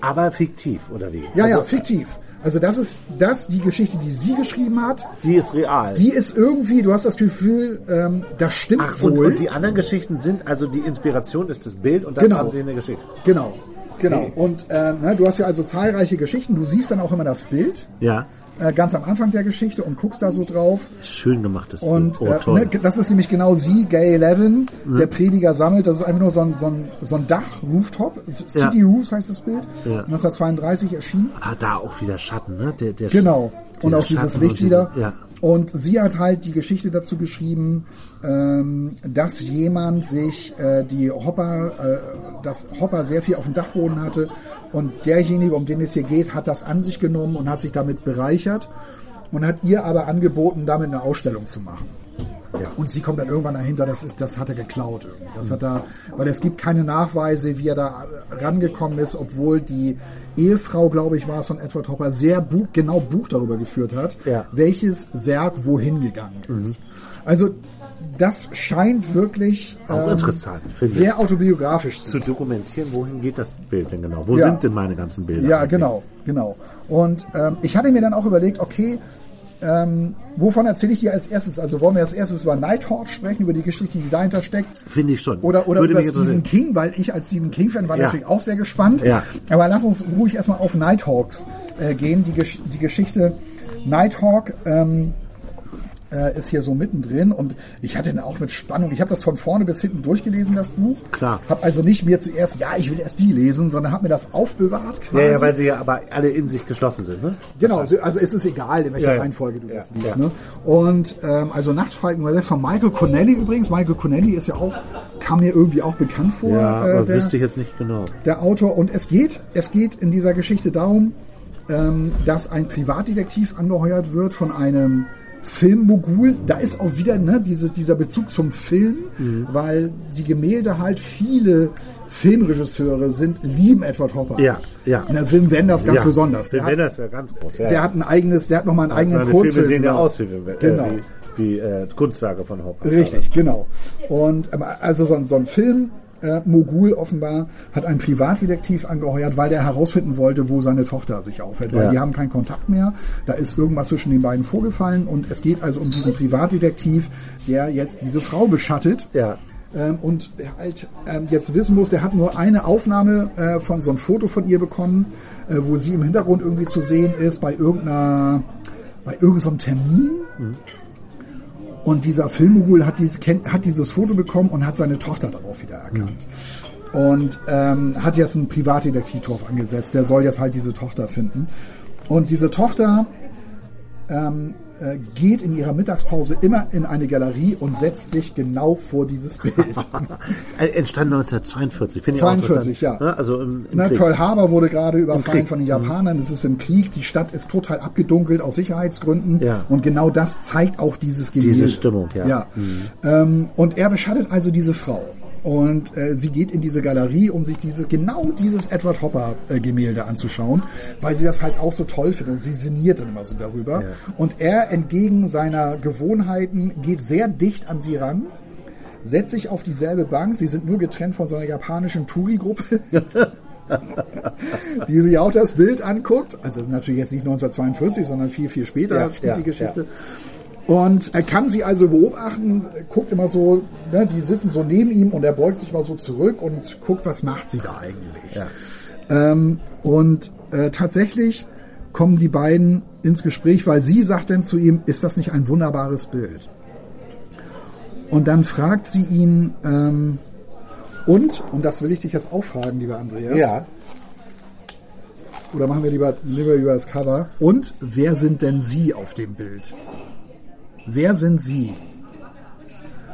S1: Aber fiktiv, oder wie?
S2: Ja, ja,
S1: also,
S2: fiktiv. Also das ist das, die Geschichte, die sie geschrieben hat,
S1: Die ist real.
S2: die ist irgendwie, du hast das Gefühl, ähm, das stimmt
S1: Ach, und,
S2: wohl.
S1: und die anderen Geschichten sind, also die Inspiration ist das Bild und dann
S2: Genau.
S1: haben sie eine Geschichte.
S2: genau, genau. Und äh, ne, du hast ja also zahlreiche Geschichten, du siehst dann auch immer das Bild,
S1: Ja.
S2: äh, ganz am Anfang der Geschichte und guckst da so drauf.
S1: Schön gemachtes
S2: Und
S1: Bild. Oh,
S2: äh,
S1: toll. Mhm.
S2: ne, das ist nämlich genau sie, Gay Eleven, der Prediger sammelt. Das ist einfach nur so ein, so ein, so ein Dach, Rooftop. City
S1: Ja.
S2: Roofs heißt das Bild.
S1: Ja.
S2: 1932 erschienen.
S1: Ah, da auch wieder Schatten, ne? Der, der
S2: Genau. Und
S1: dieser
S2: auch dieses
S1: Schatten und
S2: Licht
S1: diese-
S2: wieder.
S1: Ja.
S2: Und sie hat halt die Geschichte dazu geschrieben, ähm, dass jemand sich äh, die Hopper, äh, dass Hopper sehr viel auf dem Dachboden hatte und derjenige, um den es hier geht, hat das an sich genommen und hat sich damit bereichert und hat ihr aber angeboten, damit eine Ausstellung zu machen. Und sie kommt dann irgendwann dahinter, das, ist, das hat er geklaut. Irgendwie. Das hat er, weil es gibt keine Nachweise, wie er da rangekommen ist, obwohl die Ehefrau, glaube ich, war es von Edward Hopper, sehr Buch, genau Buch darüber geführt hat,
S1: Ja. Mhm.
S2: welches Werk wohin gegangen ist. Also das scheint wirklich
S1: Auch
S2: ähm,
S1: interessant, finde ich.
S2: sehr autobiografisch zu
S1: Zu dokumentieren, wohin geht das Bild denn genau? Wo
S2: Ja.
S1: sind denn meine ganzen Bilder?
S2: Ja,
S1: eigentlich?
S2: genau, genau. Und ähm, ich hatte mir dann auch überlegt, okay, ähm, wovon erzähle ich dir als erstes? Also wollen wir als erstes über Nighthawk sprechen, über die Geschichte, die dahinter steckt?
S1: Finde ich schon.
S2: Oder, oder
S1: Würde
S2: über
S1: mich
S2: Stephen
S1: interessieren.
S2: King, weil ich als Stephen King-Fan war
S1: Ja.
S2: natürlich auch sehr gespannt.
S1: Ja.
S2: Aber lass uns ruhig erstmal auf Nighthawks äh, gehen. Die, Gesch die Geschichte Nighthawk ähm, äh, ist hier so mittendrin und ich hatte ihn auch mit Spannung. Ich habe das von vorne bis hinten durchgelesen, das Buch.
S1: Klar.
S2: Habe also nicht mir zuerst, ja, ich will erst die lesen, sondern habe mir das aufbewahrt quasi.
S1: Ja, ja, weil sie ja aber alle in sich geschlossen sind, ne?
S2: Genau, also, also es ist egal, in welcher
S1: Ja, ja.
S2: Reihenfolge du
S1: Ja,
S2: das liest.
S1: ja.
S2: Ne? Und ähm, also Nachtfalken war das von Michael Connelly übrigens. Michael Connelly ist ja auch, kam mir irgendwie auch bekannt vor.
S1: Ja,
S2: äh,
S1: aber
S2: der,
S1: wüsste ich jetzt nicht genau.
S2: der Autor. Und es geht, es geht in dieser Geschichte darum, ähm, dass ein Privatdetektiv angeheuert wird von einem Filmmogul. Da ist auch wieder ne, diese, dieser Bezug zum Film,
S1: Mhm.
S2: weil die Gemälde halt viele Filmregisseure sind, lieben Edward Hopper.
S1: Ja, ja.
S2: Ne, Wim Wenders ganz
S1: ja.
S2: besonders. Der
S1: Wenn
S2: hat,
S1: das wäre ganz groß. Ja,
S2: der hat ein eigenes, der hat nochmal einen eigenen
S1: Seine Filme
S2: Kurzfilm.
S1: sehen ja
S2: gemacht.
S1: aus wie, wie,
S2: Genau.
S1: äh, wie, wie äh, Kunstwerke von Hopper.
S2: Richtig, genau. Und ähm, also so ein, so ein Film. Äh, Mogul offenbar hat einen Privatdetektiv angeheuert, weil der herausfinden wollte, wo seine Tochter sich aufhält, weil
S1: Ja.
S2: die haben keinen Kontakt mehr. Da ist irgendwas zwischen den beiden vorgefallen und es geht also um diesen Privatdetektiv, der jetzt diese Frau beschattet
S1: Ja.
S2: ähm, und halt ähm, jetzt wissen muss, der hat nur eine Aufnahme äh, von so einem Foto von ihr bekommen, äh, wo sie im Hintergrund irgendwie zu sehen ist bei irgendeiner, bei irgendeinem Termin. Und dieser Filmmogul hat, dieses, kennt- hat dieses Foto bekommen und hat seine Tochter darauf wieder erkannt. Und ähm, hat jetzt einen Privatdetektiv drauf angesetzt. Der soll jetzt halt diese Tochter finden. Und diese Tochter äh, geht in ihrer Mittagspause immer in eine Galerie und setzt sich genau vor dieses Bild.
S1: Äh, Entstand 1942, finde ich
S2: 42,
S1: auch interessant.
S2: ja.
S1: Ne? Also im, im
S2: Na,
S1: Krieg.
S2: Pearl Harbor wurde gerade überfallen
S1: Krieg. Mhm.
S2: von den Japanern. Es ist im Krieg. Die Stadt ist total abgedunkelt aus Sicherheitsgründen.
S1: Ja.
S2: Und genau das zeigt auch dieses Gemälde.
S1: Diese Stimmung, ja. Mhm.
S2: ja. Ähm, und er beschattet also diese Frau. Und äh, sie geht in diese Galerie, um sich dieses, genau dieses Edward Hopper äh, Gemälde anzuschauen, weil sie das halt auch so toll findet. Und sie sinniert dann immer so darüber.
S1: Ja.
S2: Und er entgegen seiner Gewohnheiten geht sehr dicht an sie ran setzt sich auf dieselbe Bank. Sie sind nur getrennt von so einer japanischen Touri-Gruppe, die sich auch das Bild anguckt. Also das ist natürlich jetzt nicht 1942, sondern viel, viel später
S1: Ja,
S2: spielt
S1: ja,
S2: die Geschichte. Und er kann sie also beobachten, guckt immer so, ne, die sitzen so neben ihm und er beugt sich mal so zurück und guckt, was macht sie da eigentlich.
S1: Ja.
S2: Ähm, und äh, tatsächlich kommen die beiden ins Gespräch, weil sie sagt dann zu ihm, ist das nicht ein wunderbares Bild? Und dann fragt sie ihn, ähm, und, und das will ich dich jetzt auch fragen, lieber Andreas, oder machen wir lieber, lieber über das Cover, und wer sind denn Sie auf dem Bild? Wer sind Sie?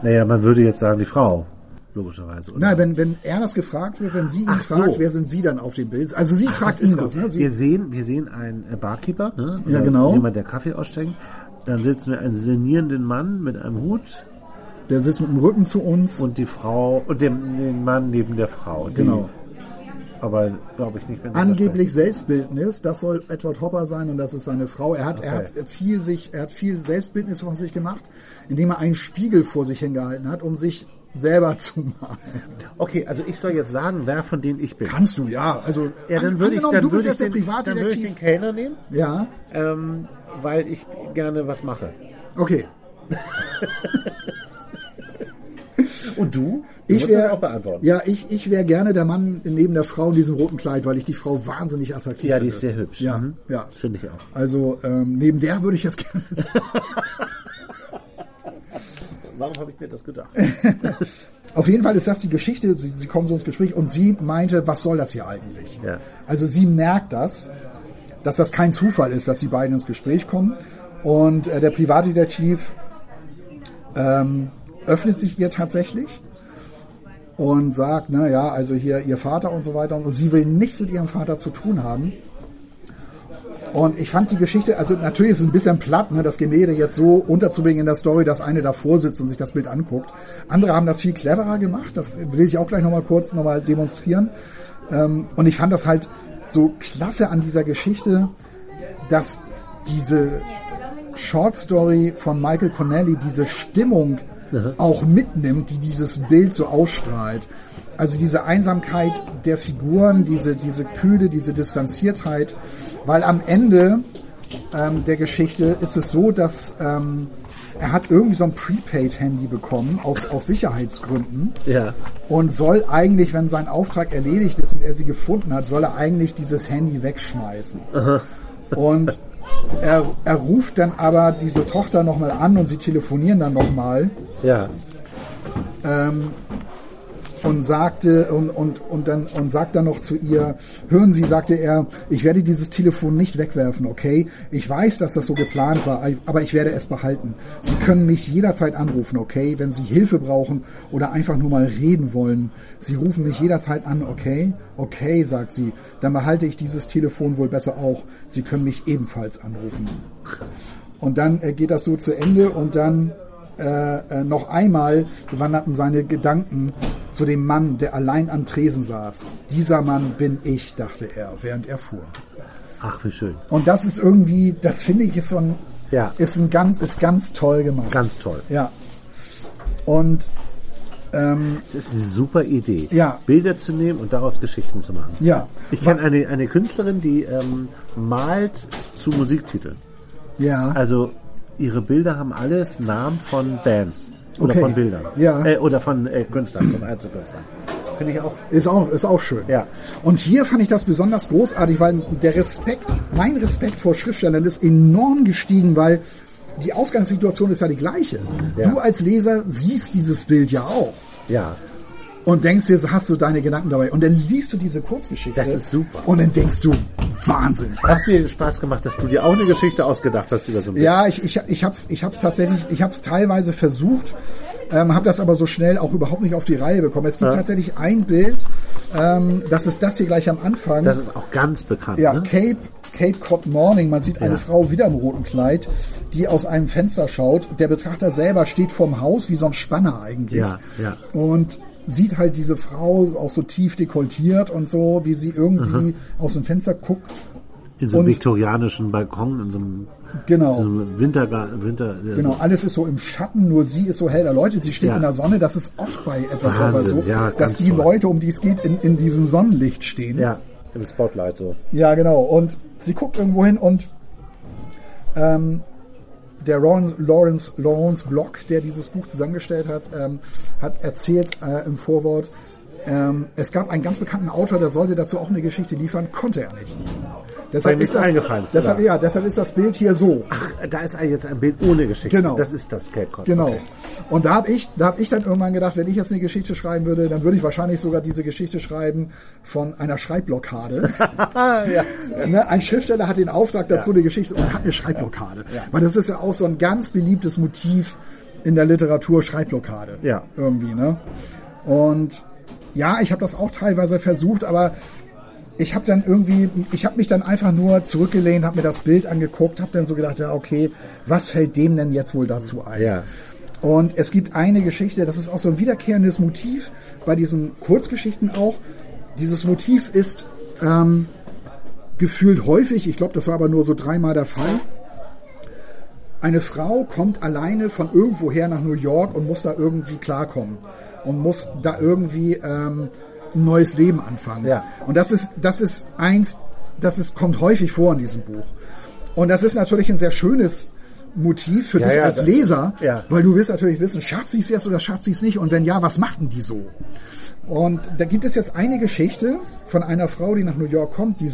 S1: Naja, man würde jetzt sagen, die Frau, logischerweise. Oder?
S2: Na, wenn, wenn er das gefragt wird, wenn sie ihn
S1: Ach so.
S2: fragt, wer sind Sie dann auf dem Bild? Also sie fragt ihn das, ne? Sie,
S1: wir, sehen, wir sehen einen äh, Barkeeper, ne?
S2: Ja,
S1: Oder
S2: genau.
S1: jemand, der Kaffee ausschenkt. Dann sitzen wir einen sinnierenden Mann mit einem Hut
S2: der sitzt mit dem Rücken zu uns.
S1: und die Frau und dem, den Mann neben der Frau. Die,
S2: Genau.
S1: Aber glaube ich nicht, wenn sie
S2: angeblich Selbstbildnis, das soll Edward Hopper sein und das ist seine Frau. Er hat, er hat
S1: Okay.
S2: viel sich, er hat viel Selbstbildnis von sich gemacht, indem er einen Spiegel vor sich hingehalten hat, um sich selber zu malen.
S1: das sprechen. Okay, also ich soll jetzt sagen, wer von denen ich bin.
S2: Kannst du, ja. Also,
S1: ja,
S2: an-
S1: dann würde ich,
S2: angenommen,
S1: dann
S2: du bist
S1: würde ich,
S2: jetzt der
S1: den, dann würde ich den
S2: Privatdetektiv.
S1: Kellner nehmen,
S2: Ja,
S1: ähm, weil ich gerne was mache.
S2: okay.
S1: Und du? du
S2: Ich
S1: musst das
S2: wäre
S1: auch beantworten.
S2: ja, ich, ich wäre gerne der Mann neben der Frau in diesem roten Kleid, weil ich die Frau wahnsinnig attraktiv
S1: Ja,
S2: finde.
S1: die ist sehr hübsch.
S2: Ja,
S1: Mhm.
S2: ja.
S1: Finde ich auch.
S2: Also ähm, neben der würde ich jetzt gerne sein.
S1: Warum habe ich mir das gedacht?
S2: Auf jeden Fall ist das die Geschichte. Sie, sie kommen so ins Gespräch und sie meinte, was soll das hier eigentlich?
S1: Ja.
S2: Also sie merkt das, dass das kein Zufall ist, dass die beiden ins Gespräch kommen. Und äh, der Privatdetektiv ähm, öffnet sich ihr tatsächlich und sagt, na ja, also hier ihr Vater und so weiter. Und sie will nichts mit ihrem Vater zu tun haben. Und ich fand die Geschichte, also natürlich ist es ein bisschen platt, ne, das Gemälde jetzt so unterzubringen in der Story, dass eine davor sitzt und sich das Bild anguckt. Andere haben das viel cleverer gemacht, das will ich auch gleich nochmal kurz nochmal demonstrieren. Ähm, und ich fand das halt so klasse an dieser Geschichte, dass diese Short Story von Michael Connelly diese Stimmung auch mitnimmt, die dieses Bild so ausstrahlt. Also diese Einsamkeit der Figuren, diese, diese Kühle, diese Distanziertheit, weil am Ende ähm, der Geschichte ist es so, dass ähm, er hat irgendwie so ein Prepaid-Handy bekommen, aus, aus Sicherheitsgründen.
S1: Ja.
S2: Und soll eigentlich, wenn sein Auftrag erledigt ist und er sie gefunden hat, soll er eigentlich dieses Handy wegschmeißen. Und er, er ruft dann aber diese Tochter nochmal an und sie telefonieren dann nochmal
S1: Ja.
S2: und sagte und, und, und dann und sagt dann noch zu ihr, hören Sie, sagte er, ich werde dieses Telefon nicht wegwerfen, okay? Ich weiß, dass das so geplant war, aber ich werde es behalten. Sie können mich jederzeit anrufen, okay? Wenn Sie Hilfe brauchen oder einfach nur mal reden wollen. Sie rufen mich jederzeit an, okay? Okay, sagt sie, dann behalte ich dieses Telefon wohl besser auch. Sie können mich ebenfalls anrufen. Und dann äh, geht das so zu Ende und dann äh, äh, noch einmal wanderten seine Gedanken zu dem Mann, der allein am Tresen saß. Dieser Mann bin ich, dachte er, während er fuhr.
S1: Ach, wie schön.
S2: Und das ist irgendwie, das finde ich, ist so ein,
S1: Ja.
S2: ist ein ganz, ist ganz toll gemacht.
S1: Ganz toll.
S2: Ja. Und
S1: Es ist eine super Idee,
S2: Ja.
S1: Bilder zu nehmen und daraus Geschichten zu machen.
S2: ja,
S1: Ich kenne eine, eine Künstlerin, die ähm, malt zu Musiktiteln.
S2: ja,
S1: Also ihre Bilder haben alles Namen von Bands oder
S2: Okay.
S1: von Bildern.
S2: Ja.
S1: Äh, oder von äh, Künstlern, von Einzelkünstlern. Finde ich auch.
S2: ist auch, ist auch schön.
S1: Ja.
S2: Und hier fand ich das besonders großartig, weil der Respekt, mein Respekt vor Schriftstellern ist enorm gestiegen, weil die Ausgangssituation ist ja die gleiche.
S1: Ja.
S2: Du als Leser siehst dieses Bild ja auch.
S1: Ja.
S2: und denkst dir, so, hast du deine Gedanken dabei. Und dann liest du diese Kurzgeschichte.
S1: Das ist super.
S2: Und dann denkst du, Wahnsinn.
S1: Hast dir den Spaß gemacht, dass du dir auch eine Geschichte ausgedacht hast über so ein Bild?
S2: Ja, ich, ich, ich hab's, ich hab's tatsächlich, ich hab's teilweise versucht, ähm, habe das aber so schnell auch überhaupt nicht auf die Reihe bekommen. Es gibt tatsächlich ein Bild, ähm, das ist das hier gleich am Anfang.
S1: Das ist auch ganz bekannt.
S2: ja,
S1: ne?
S2: Cape, Cape Cod Morning. Man sieht eine
S1: Ja.
S2: Frau wieder im roten Kleid, die aus einem Fenster schaut. Der Betrachter selber steht vorm Haus, wie so ein Spanner eigentlich.
S1: Ja, ja.
S2: Und sieht halt diese Frau auch so tief dekoltiert und so, wie sie irgendwie aus dem Fenster guckt.
S1: In so einem
S2: Und-
S1: viktorianischen Balkon, in so einem, in so
S2: Genau.
S1: einem Wintergarten. Winter, äh,
S2: Genau,
S1: so-
S2: alles ist so im Schatten, nur sie ist so hell erleuchtet, sie steht
S1: Ja.
S2: in der Sonne, das ist oft bei etwas aber
S1: Wahnsinn,
S2: so,
S1: ja, ganz
S2: dass die
S1: toll.
S2: Leute, um die es geht, in, in diesem Sonnenlicht stehen.
S1: Ja, im Spotlight so.
S2: Ja, genau. Und sie guckt irgendwo hin und ähm, der Lawrence, Lawrence, Lawrence Block, der dieses Buch zusammengestellt hat, ähm, hat erzählt äh, im Vorwort, ähm, es gab einen ganz bekannten Autor, der sollte dazu auch eine Geschichte liefern, konnte er nicht. Deshalb
S1: Weil nichts
S2: ist, das,
S1: eingefallen ist,
S2: deshalb,
S1: oder?
S2: ja, deshalb ist das Bild hier so.
S1: Ach, da ist jetzt ein Bild ohne Geschichte.
S2: Genau.
S1: Das ist das Cape Cod.
S2: Genau.
S1: Okay.
S2: Und da habe ich, da hab ich dann irgendwann gedacht, wenn ich jetzt eine Geschichte schreiben würde, dann würde ich wahrscheinlich sogar diese Geschichte schreiben von einer Schreibblockade. ne? Ein Schriftsteller hat den Auftrag dazu, eine Geschichte und hat eine Schreibblockade. Weil das ist ja auch so ein ganz beliebtes Motiv in der Literatur, Schreibblockade.
S1: Ja.
S2: Irgendwie, ne? Und ja, ich habe das auch teilweise versucht, aber ich habe dann irgendwie, ich habe mich dann einfach nur zurückgelehnt, habe mir das Bild angeguckt, habe dann so gedacht, ja okay, was fällt dem denn jetzt wohl dazu ein?
S1: Ja.
S2: Und es gibt eine Geschichte, das ist auch so ein wiederkehrendes Motiv bei diesen Kurzgeschichten auch. Dieses Motiv ist ähm, gefühlt häufig, ich glaube, das war aber nur so dreimal der Fall. Eine Frau kommt alleine von irgendwoher nach New York und muss da irgendwie klarkommen und muss da irgendwie ähm, ein neues Leben anfangen.
S1: Ja.
S2: Und das ist, das ist eins, das ist, kommt häufig vor in diesem Buch. Und das ist natürlich ein sehr schönes Motiv für
S1: Ja,
S2: dich
S1: ja,
S2: als
S1: da-
S2: Leser,
S1: ja.
S2: weil du willst natürlich wissen, schafft sie es jetzt oder schafft sie es nicht? Und wenn ja, was machten die so? Und da gibt es jetzt eine Geschichte von einer Frau, die nach New York kommt, die,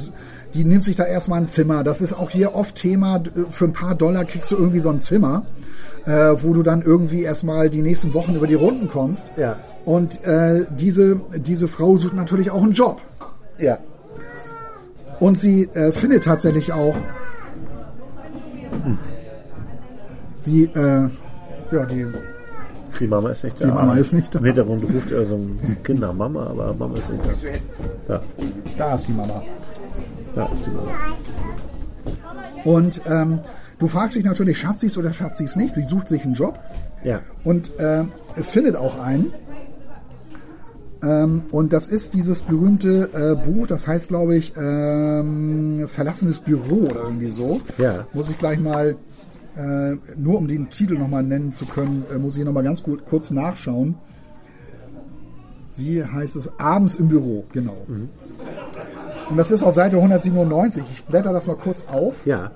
S2: die nimmt sich da erstmal ein Zimmer. Das ist auch hier oft Thema. Für ein paar Dollar kriegst du irgendwie so ein Zimmer, äh, wo du dann irgendwie erstmal die nächsten Wochen über die Runden kommst.
S1: Ja.
S2: Und äh, diese, diese Frau sucht natürlich auch einen Job.
S1: Ja.
S2: Und sie äh, findet tatsächlich auch. hm. Sie, äh, ja, die,
S1: Die Mama ist nicht da.
S2: Die Mama ist nicht da.
S1: Im Hintergrund ruft er so ein Kind nach Mama, aber Mama ist nicht da. Ja,
S2: da ist die Mama.
S1: da ist die Mama.
S2: Und ähm, du fragst dich natürlich, schafft sie es oder schafft sie es nicht? Sie sucht sich einen Job
S1: Ja.
S2: und äh, findet auch einen. Ähm, und das ist dieses berühmte äh, Buch, das heißt, glaube ich, ähm, Verlassenes Büro oder irgendwie so.
S1: Ja.
S2: Muss ich gleich mal, äh, nur um den Titel nochmal nennen zu können, äh, muss ich nochmal ganz gut, kurz nachschauen. Wie heißt es? Abends im Büro, genau. Und das ist auf Seite 197. Ich blätter das mal kurz auf.
S1: Ja.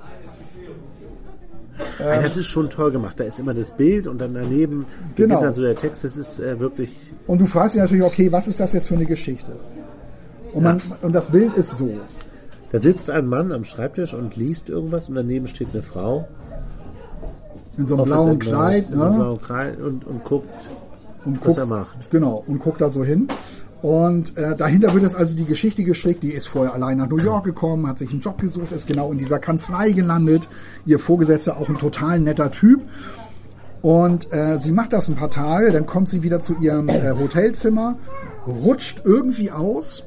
S1: Ah, das ist schon toll gemacht. Da ist immer das Bild und dann daneben
S2: Genau.
S1: beginnt dann so der Text. Das ist äh, wirklich.
S2: Und du fragst dich natürlich, okay, was ist das jetzt für eine Geschichte? Und, man, und das Bild ist so.
S1: Da sitzt ein Mann am Schreibtisch und liest irgendwas und daneben steht eine Frau.
S2: In so einem
S1: Office
S2: blauen
S1: in Blau-
S2: Kleid,
S1: in so einem
S2: ne?
S1: blauen Kleid und, und guckt.
S2: Und
S1: was er macht.
S2: Genau, und guckt da so hin. Und äh, dahinter wird jetzt also die Geschichte gestrickt, die ist vorher allein nach New York gekommen, hat sich einen Job gesucht, ist genau in dieser Kanzlei gelandet. Ihr Vorgesetzter auch ein total netter Typ. Und äh, sie macht das ein paar Tage, dann kommt sie wieder zu ihrem äh, Hotelzimmer, rutscht irgendwie aus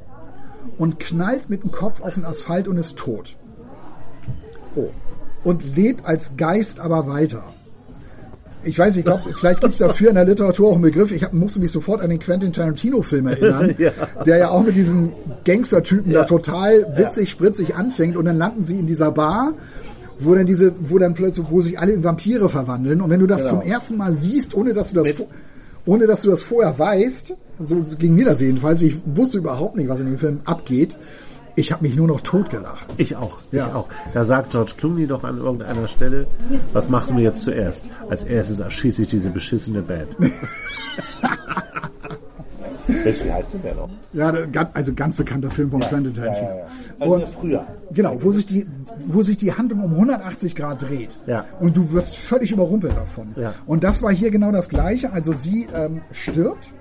S2: und knallt mit dem Kopf auf den Asphalt und ist tot.
S1: Oh.
S2: und lebt als Geist aber weiter. Ich weiß, ich glaube, vielleicht gibt es dafür in der Literatur auch einen Begriff. Ich hab, musste mich sofort an den Quentin Tarantino-Film erinnern, der ja auch mit diesen Gangstertypen da total witzig, spritzig anfängt. Und dann landen sie in dieser Bar, wo dann diese, wo dann plötzlich, wo sich alle in Vampire verwandeln. Und wenn du das
S1: Genau.
S2: zum ersten Mal siehst, ohne dass du das, vo- ohne dass du das vorher weißt, so ging mir das jedenfalls. Ich wusste überhaupt nicht, was in dem Film abgeht. Ich habe mich nur noch totgelacht.
S1: Ich auch.
S2: Ja.
S1: Ich auch. Da sagt George Clooney doch an irgendeiner Stelle, was machen wir jetzt zuerst? Als erstes erschieße ich diese beschissene Band. Welche heißt denn der noch?
S2: Ja, da- gan- also ganz bekannter Film von Quentin Tarantino.
S1: Also
S2: Und
S1: der früher.
S2: genau, wo sich, die, wo sich die Handlung um 180 Grad dreht.
S1: Ja.
S2: Und du wirst völlig überrumpelt davon.
S1: Ja.
S2: Und das war hier genau das Gleiche. Also sie ähm, stirbt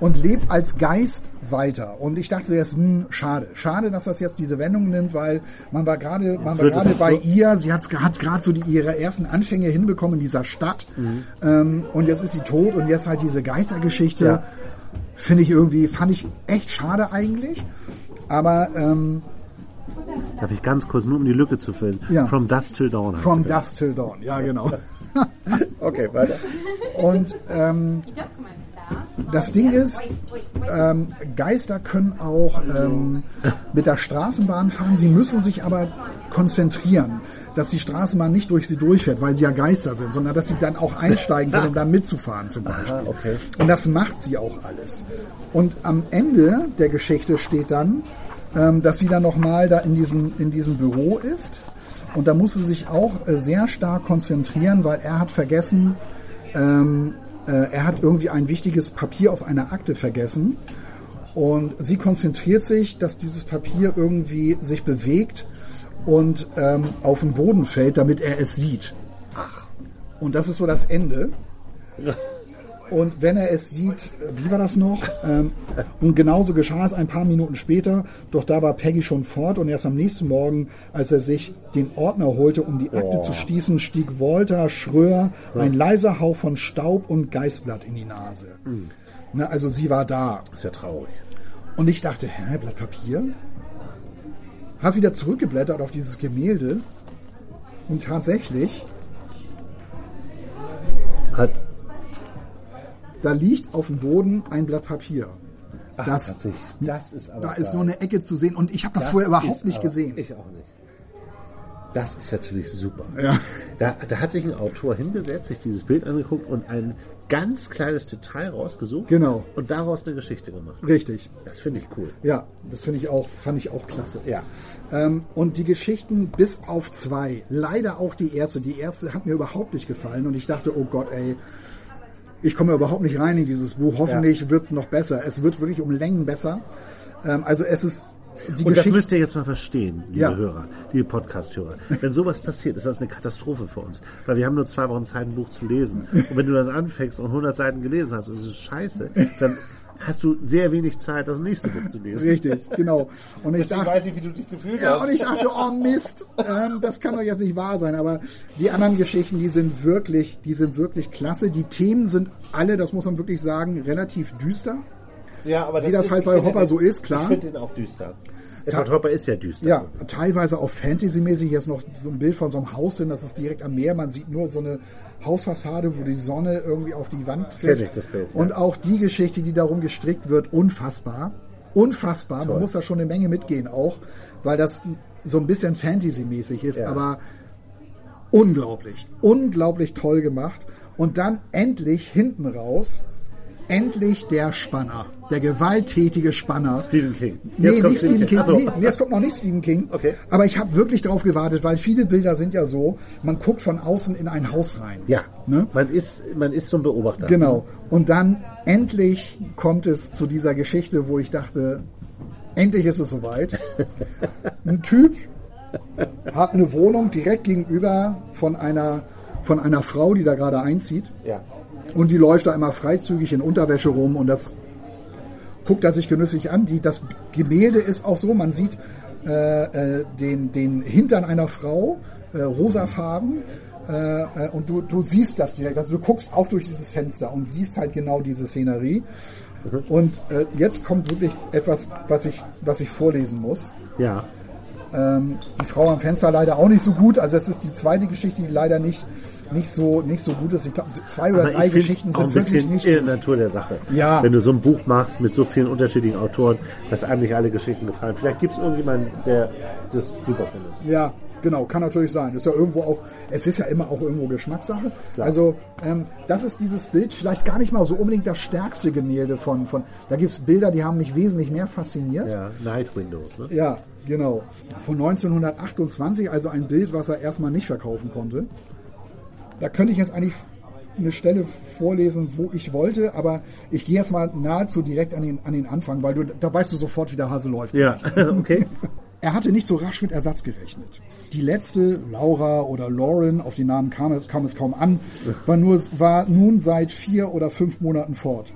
S2: und lebt als Geist weiter. Und ich dachte erst, hm, schade. Schade, dass das jetzt diese Wendung nimmt, weil man war gerade, man war
S1: wird es
S2: gerade bei
S1: so-
S2: ihr, sie hat's, ge- hat gerade so die, ihre ersten Anfänge hinbekommen in dieser Stadt.
S1: Mhm.
S2: Ähm, und jetzt ist sie tot und jetzt halt diese Geistergeschichte.
S1: Ja.
S2: Finde ich irgendwie, fand ich echt schade eigentlich. Aber ähm,
S1: Darf ich ganz kurz, nur um die Lücke zu füllen?
S2: Ja.
S1: From Dust Till Dawn. heißt
S2: From
S1: der.
S2: Dusk Till Dawn, ja genau.
S1: Okay, weiter.
S2: Und ähm, das Ding ist, ähm, Geister können auch ähm, mit der Straßenbahn fahren, sie müssen sich aber konzentrieren, dass die Straßenbahn nicht durch sie durchfährt, weil sie ja Geister sind, sondern dass sie dann auch einsteigen können, um da mitzufahren zum Beispiel.
S1: okay.
S2: Und das macht sie auch alles. Und am Ende der Geschichte steht dann, ähm, dass sie dann nochmal da in diesem, in diesem Büro ist. Und da muss sie sich auch äh, sehr stark konzentrieren, weil er hat vergessen, ähm, äh, er hat irgendwie ein wichtiges Papier aus einer Akte vergessen. Und sie konzentriert sich, dass dieses Papier irgendwie sich bewegt und ähm, auf den Boden fällt, damit er es sieht. Ach. Und das ist so das Ende. Und wenn er es sieht, wie war das noch? Ähm, und genauso geschah es ein paar Minuten später, doch da war Peggy schon fort und erst am nächsten Morgen, als er sich den Ordner holte, um die Akte zu schließen, stieg Walter Schröer ein leiser Hauch von Staub und Geißblatt in die Nase. Ne, also sie war da.
S1: Ist ja traurig.
S2: Und ich dachte, hä, Blatt Papier? Hab wieder zurückgeblättert auf dieses Gemälde. Und tatsächlich,
S1: Hat,
S2: da liegt auf dem Boden ein Blatt Papier. das,
S1: tatsächlich, das ist aber.
S2: da
S1: geil.
S2: ist nur eine Ecke zu sehen und ich habe das,
S1: Das
S2: vorher
S1: ist
S2: überhaupt nicht
S1: aber-
S2: gesehen.
S1: Ich auch nicht. Das ist natürlich super. Da, da hat sich ein Autor hingesetzt, sich dieses Bild angeguckt und ein ganz kleines Detail rausgesucht.
S2: Genau.
S1: Und daraus eine Geschichte gemacht.
S2: Richtig.
S1: Das finde ich cool.
S2: Ja, das finde ich auch, fand ich auch klasse.
S1: Ja.
S2: Ähm, und die Geschichten bis auf zwei, leider auch die erste. Die erste hat mir überhaupt nicht gefallen und ich dachte, oh Gott, ey, ich komme überhaupt nicht rein in dieses Buch. Hoffentlich wird's noch besser. Es wird wirklich um Längen besser. Ähm, also es ist
S1: Und
S2: die
S1: das
S2: Geschichte.
S1: müsst ihr jetzt mal verstehen, liebe
S2: Ja.
S1: Hörer, liebe Podcast-Hörer. Wenn sowas passiert, ist das eine Katastrophe für uns. Weil wir haben nur zwei Wochen Zeit, ein Buch zu lesen. Und wenn du dann anfängst und 100 Seiten gelesen hast und es ist scheiße, dann hast du sehr wenig Zeit, das nächste Buch zu lesen.
S2: Richtig, genau. Und ich dachte,
S1: nicht, wie du dich gefühlt
S2: Ja, und ich dachte, oh Mist, ähm, das kann doch jetzt nicht wahr sein. Aber die anderen Geschichten, die sind wirklich, die sind wirklich klasse. Die Themen sind alle, das muss man wirklich sagen, relativ düster.
S1: Ja, aber
S2: Wie das halt
S1: ich
S2: bei
S1: finde
S2: Hopper
S1: den-
S2: so ist, klar.
S1: Ich finde den auch düster. Edward Hopper ist ja düster.
S2: Ja, teilweise auch Fantasy-mäßig. Hier ist noch so ein Bild von so einem Haus hin, das ist direkt am Meer. Man sieht nur so eine Hausfassade, wo die Sonne irgendwie auf die Wand trifft.
S1: Kenn ich das Bild, ja.
S2: Und auch die Geschichte, die darum gestrickt wird, unfassbar. Unfassbar. Man muss da schon eine Menge mitgehen auch, weil das so ein bisschen Fantasy-mäßig ist,
S1: Ja.
S2: aber unglaublich, unglaublich toll gemacht. Und dann endlich hinten raus, endlich der Spanner, der gewalttätige Spanner.
S1: Stephen King. Also,
S2: Nee,
S1: kommt
S2: nicht Stephen King.
S1: Ach so.
S2: Nee, nee, jetzt kommt noch nicht Stephen King.
S1: Okay.
S2: Aber ich habe wirklich drauf gewartet, weil viele Bilder sind ja so, man guckt von außen in ein Haus rein.
S1: Ja,
S2: Ne?
S1: man, ist, man ist so ein Beobachter.
S2: Genau. Und dann endlich kommt es zu dieser Geschichte, wo ich dachte, endlich ist es soweit. Ein Typ hat eine Wohnung direkt gegenüber von einer, von einer Frau, die da gerade einzieht.
S1: Ja.
S2: Und die läuft da immer freizügig in Unterwäsche rum und das guckt er sich genüsslich an. Die, das Gemälde ist auch so, man sieht äh, äh, den, den Hintern einer Frau, äh, rosafarben. Äh, äh, und du, du siehst das direkt. Also du guckst auch durch dieses Fenster und siehst halt genau diese Szenerie. Und äh, jetzt kommt wirklich etwas, was ich, was ich vorlesen muss.
S1: Ja.
S2: Ähm, die Frau am Fenster leider auch nicht so gut. Also es ist die zweite Geschichte, die leider nicht, nicht, so, nicht so gut ist. Ich glaube, zwei oder
S1: Aber
S2: drei
S1: ich finde
S2: Geschichten
S1: auch ein
S2: sind wirklich
S1: bisschen
S2: nicht
S1: in der Natur der Sache.
S2: Ja.
S1: Wenn du so ein Buch machst mit so vielen unterschiedlichen Autoren, dass einem nicht alle Geschichten gefallen. Vielleicht gibt es irgendjemanden, der das super findet.
S2: Ja, genau, kann natürlich sein. Ist ja irgendwo auch, es ist ja immer auch irgendwo Geschmackssache. Also, ähm, das ist dieses Bild vielleicht gar nicht mal so unbedingt das stärkste Gemälde von. von da gibt es Bilder, die haben mich wesentlich mehr fasziniert.
S1: Ja, Night Windows. Ne?
S2: Ja, genau. Von 1928, also ein Bild, was er erstmal nicht verkaufen konnte. Da könnte ich jetzt eigentlich eine Stelle vorlesen, wo ich wollte, aber ich gehe jetzt mal nahezu direkt an den, an den Anfang, weil du, da weißt du sofort, wie der Hase läuft.
S1: Ja, okay.
S2: Er hatte nicht so rasch mit Ersatz gerechnet. Die letzte, Laura oder Lauren, auf den Namen kam es, kam es kaum an, war, nur, war nun seit vier oder fünf Monaten fort.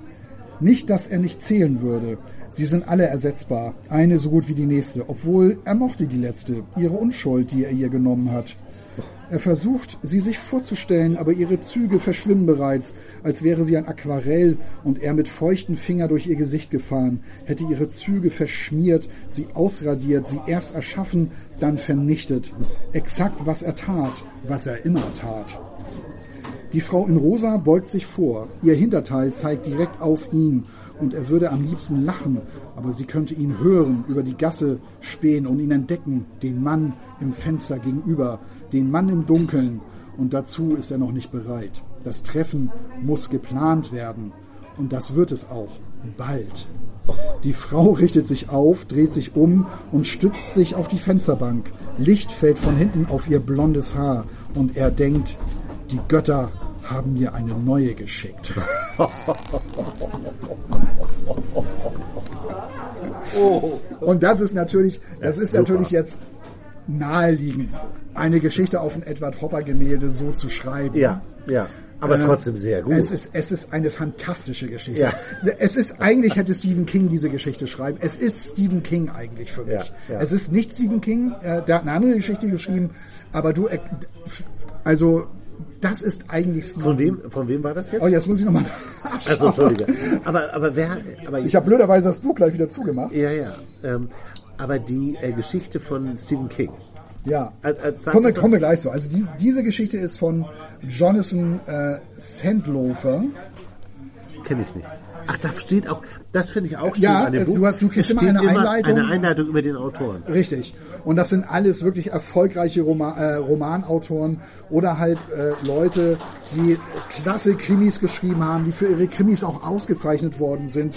S2: Nicht, dass er nicht zählen würde. Sie sind alle ersetzbar, eine so gut wie die nächste, obwohl er mochte die letzte, ihre Unschuld, die er ihr genommen hat. Er versucht, sie sich vorzustellen, aber ihre Züge verschwimmen bereits, als wäre sie ein Aquarell und er mit feuchten Finger durch ihr Gesicht gefahren, hätte ihre Züge verschmiert, sie ausradiert, sie erst erschaffen, dann vernichtet. Exakt, was er tat, was er immer tat. Die Frau in Rosa beugt sich vor. Ihr Hinterteil zeigt direkt auf ihn und er würde am liebsten lachen, aber sie könnte ihn hören, über die Gasse spähen und ihn entdecken, den Mann im Fenster gegenüber, den Mann im Dunkeln. Und dazu ist er noch nicht bereit. Das Treffen muss geplant werden. Und das wird es auch. Bald. Die Frau richtet sich auf, dreht sich um und stützt sich auf die Fensterbank. Licht fällt von hinten auf ihr blondes Haar und er denkt, die Götter haben mir eine neue geschickt. Und das ist natürlich, das ist
S1: Oh. super.
S2: natürlich jetzt naheliegend, eine Geschichte auf ein Edward Hopper Gemälde so zu schreiben.
S1: Ja, ja. Aber trotzdem sehr gut.
S2: Äh, Ähm, Es ist, es ist eine fantastische Geschichte.
S1: Ja.
S2: Es ist eigentlich hätte Stephen King diese Geschichte schreiben. Es ist Stephen King eigentlich für mich.
S1: Ja, ja.
S2: Es ist nicht Stephen King, äh, der hat eine andere Geschichte geschrieben, aber du er- also das ist eigentlich Stephen
S1: von, wem, von wem war das jetzt?
S2: Oh, jetzt muss ich nochmal.
S1: Also, Entschuldige. Aber, aber wer. Aber,
S2: Ich habe blöderweise das Buch gleich wieder zugemacht.
S1: ja, ja. Ähm, aber die äh, Geschichte von Stephen King.
S2: Ja.
S1: Als- als-
S2: Kommen wir, kommen wir gleich so. Also diese, diese Geschichte ist von Jonathan äh, Sandlofer.
S1: Kenne ich nicht. Ach, da steht auch, das finde ich auch schön
S2: Ja,
S1: an dem
S2: es-
S1: Buch.
S2: du hast- du
S1: Es
S2: kriegst immer
S1: steht
S2: eine Einleitung.
S1: Eine Einleitung über den Autoren.
S2: Richtig. Und das sind alles wirklich erfolgreiche Roma äh, Romanautoren oder halt äh, Leute, die klasse Krimis geschrieben haben, die für ihre Krimis auch ausgezeichnet worden sind.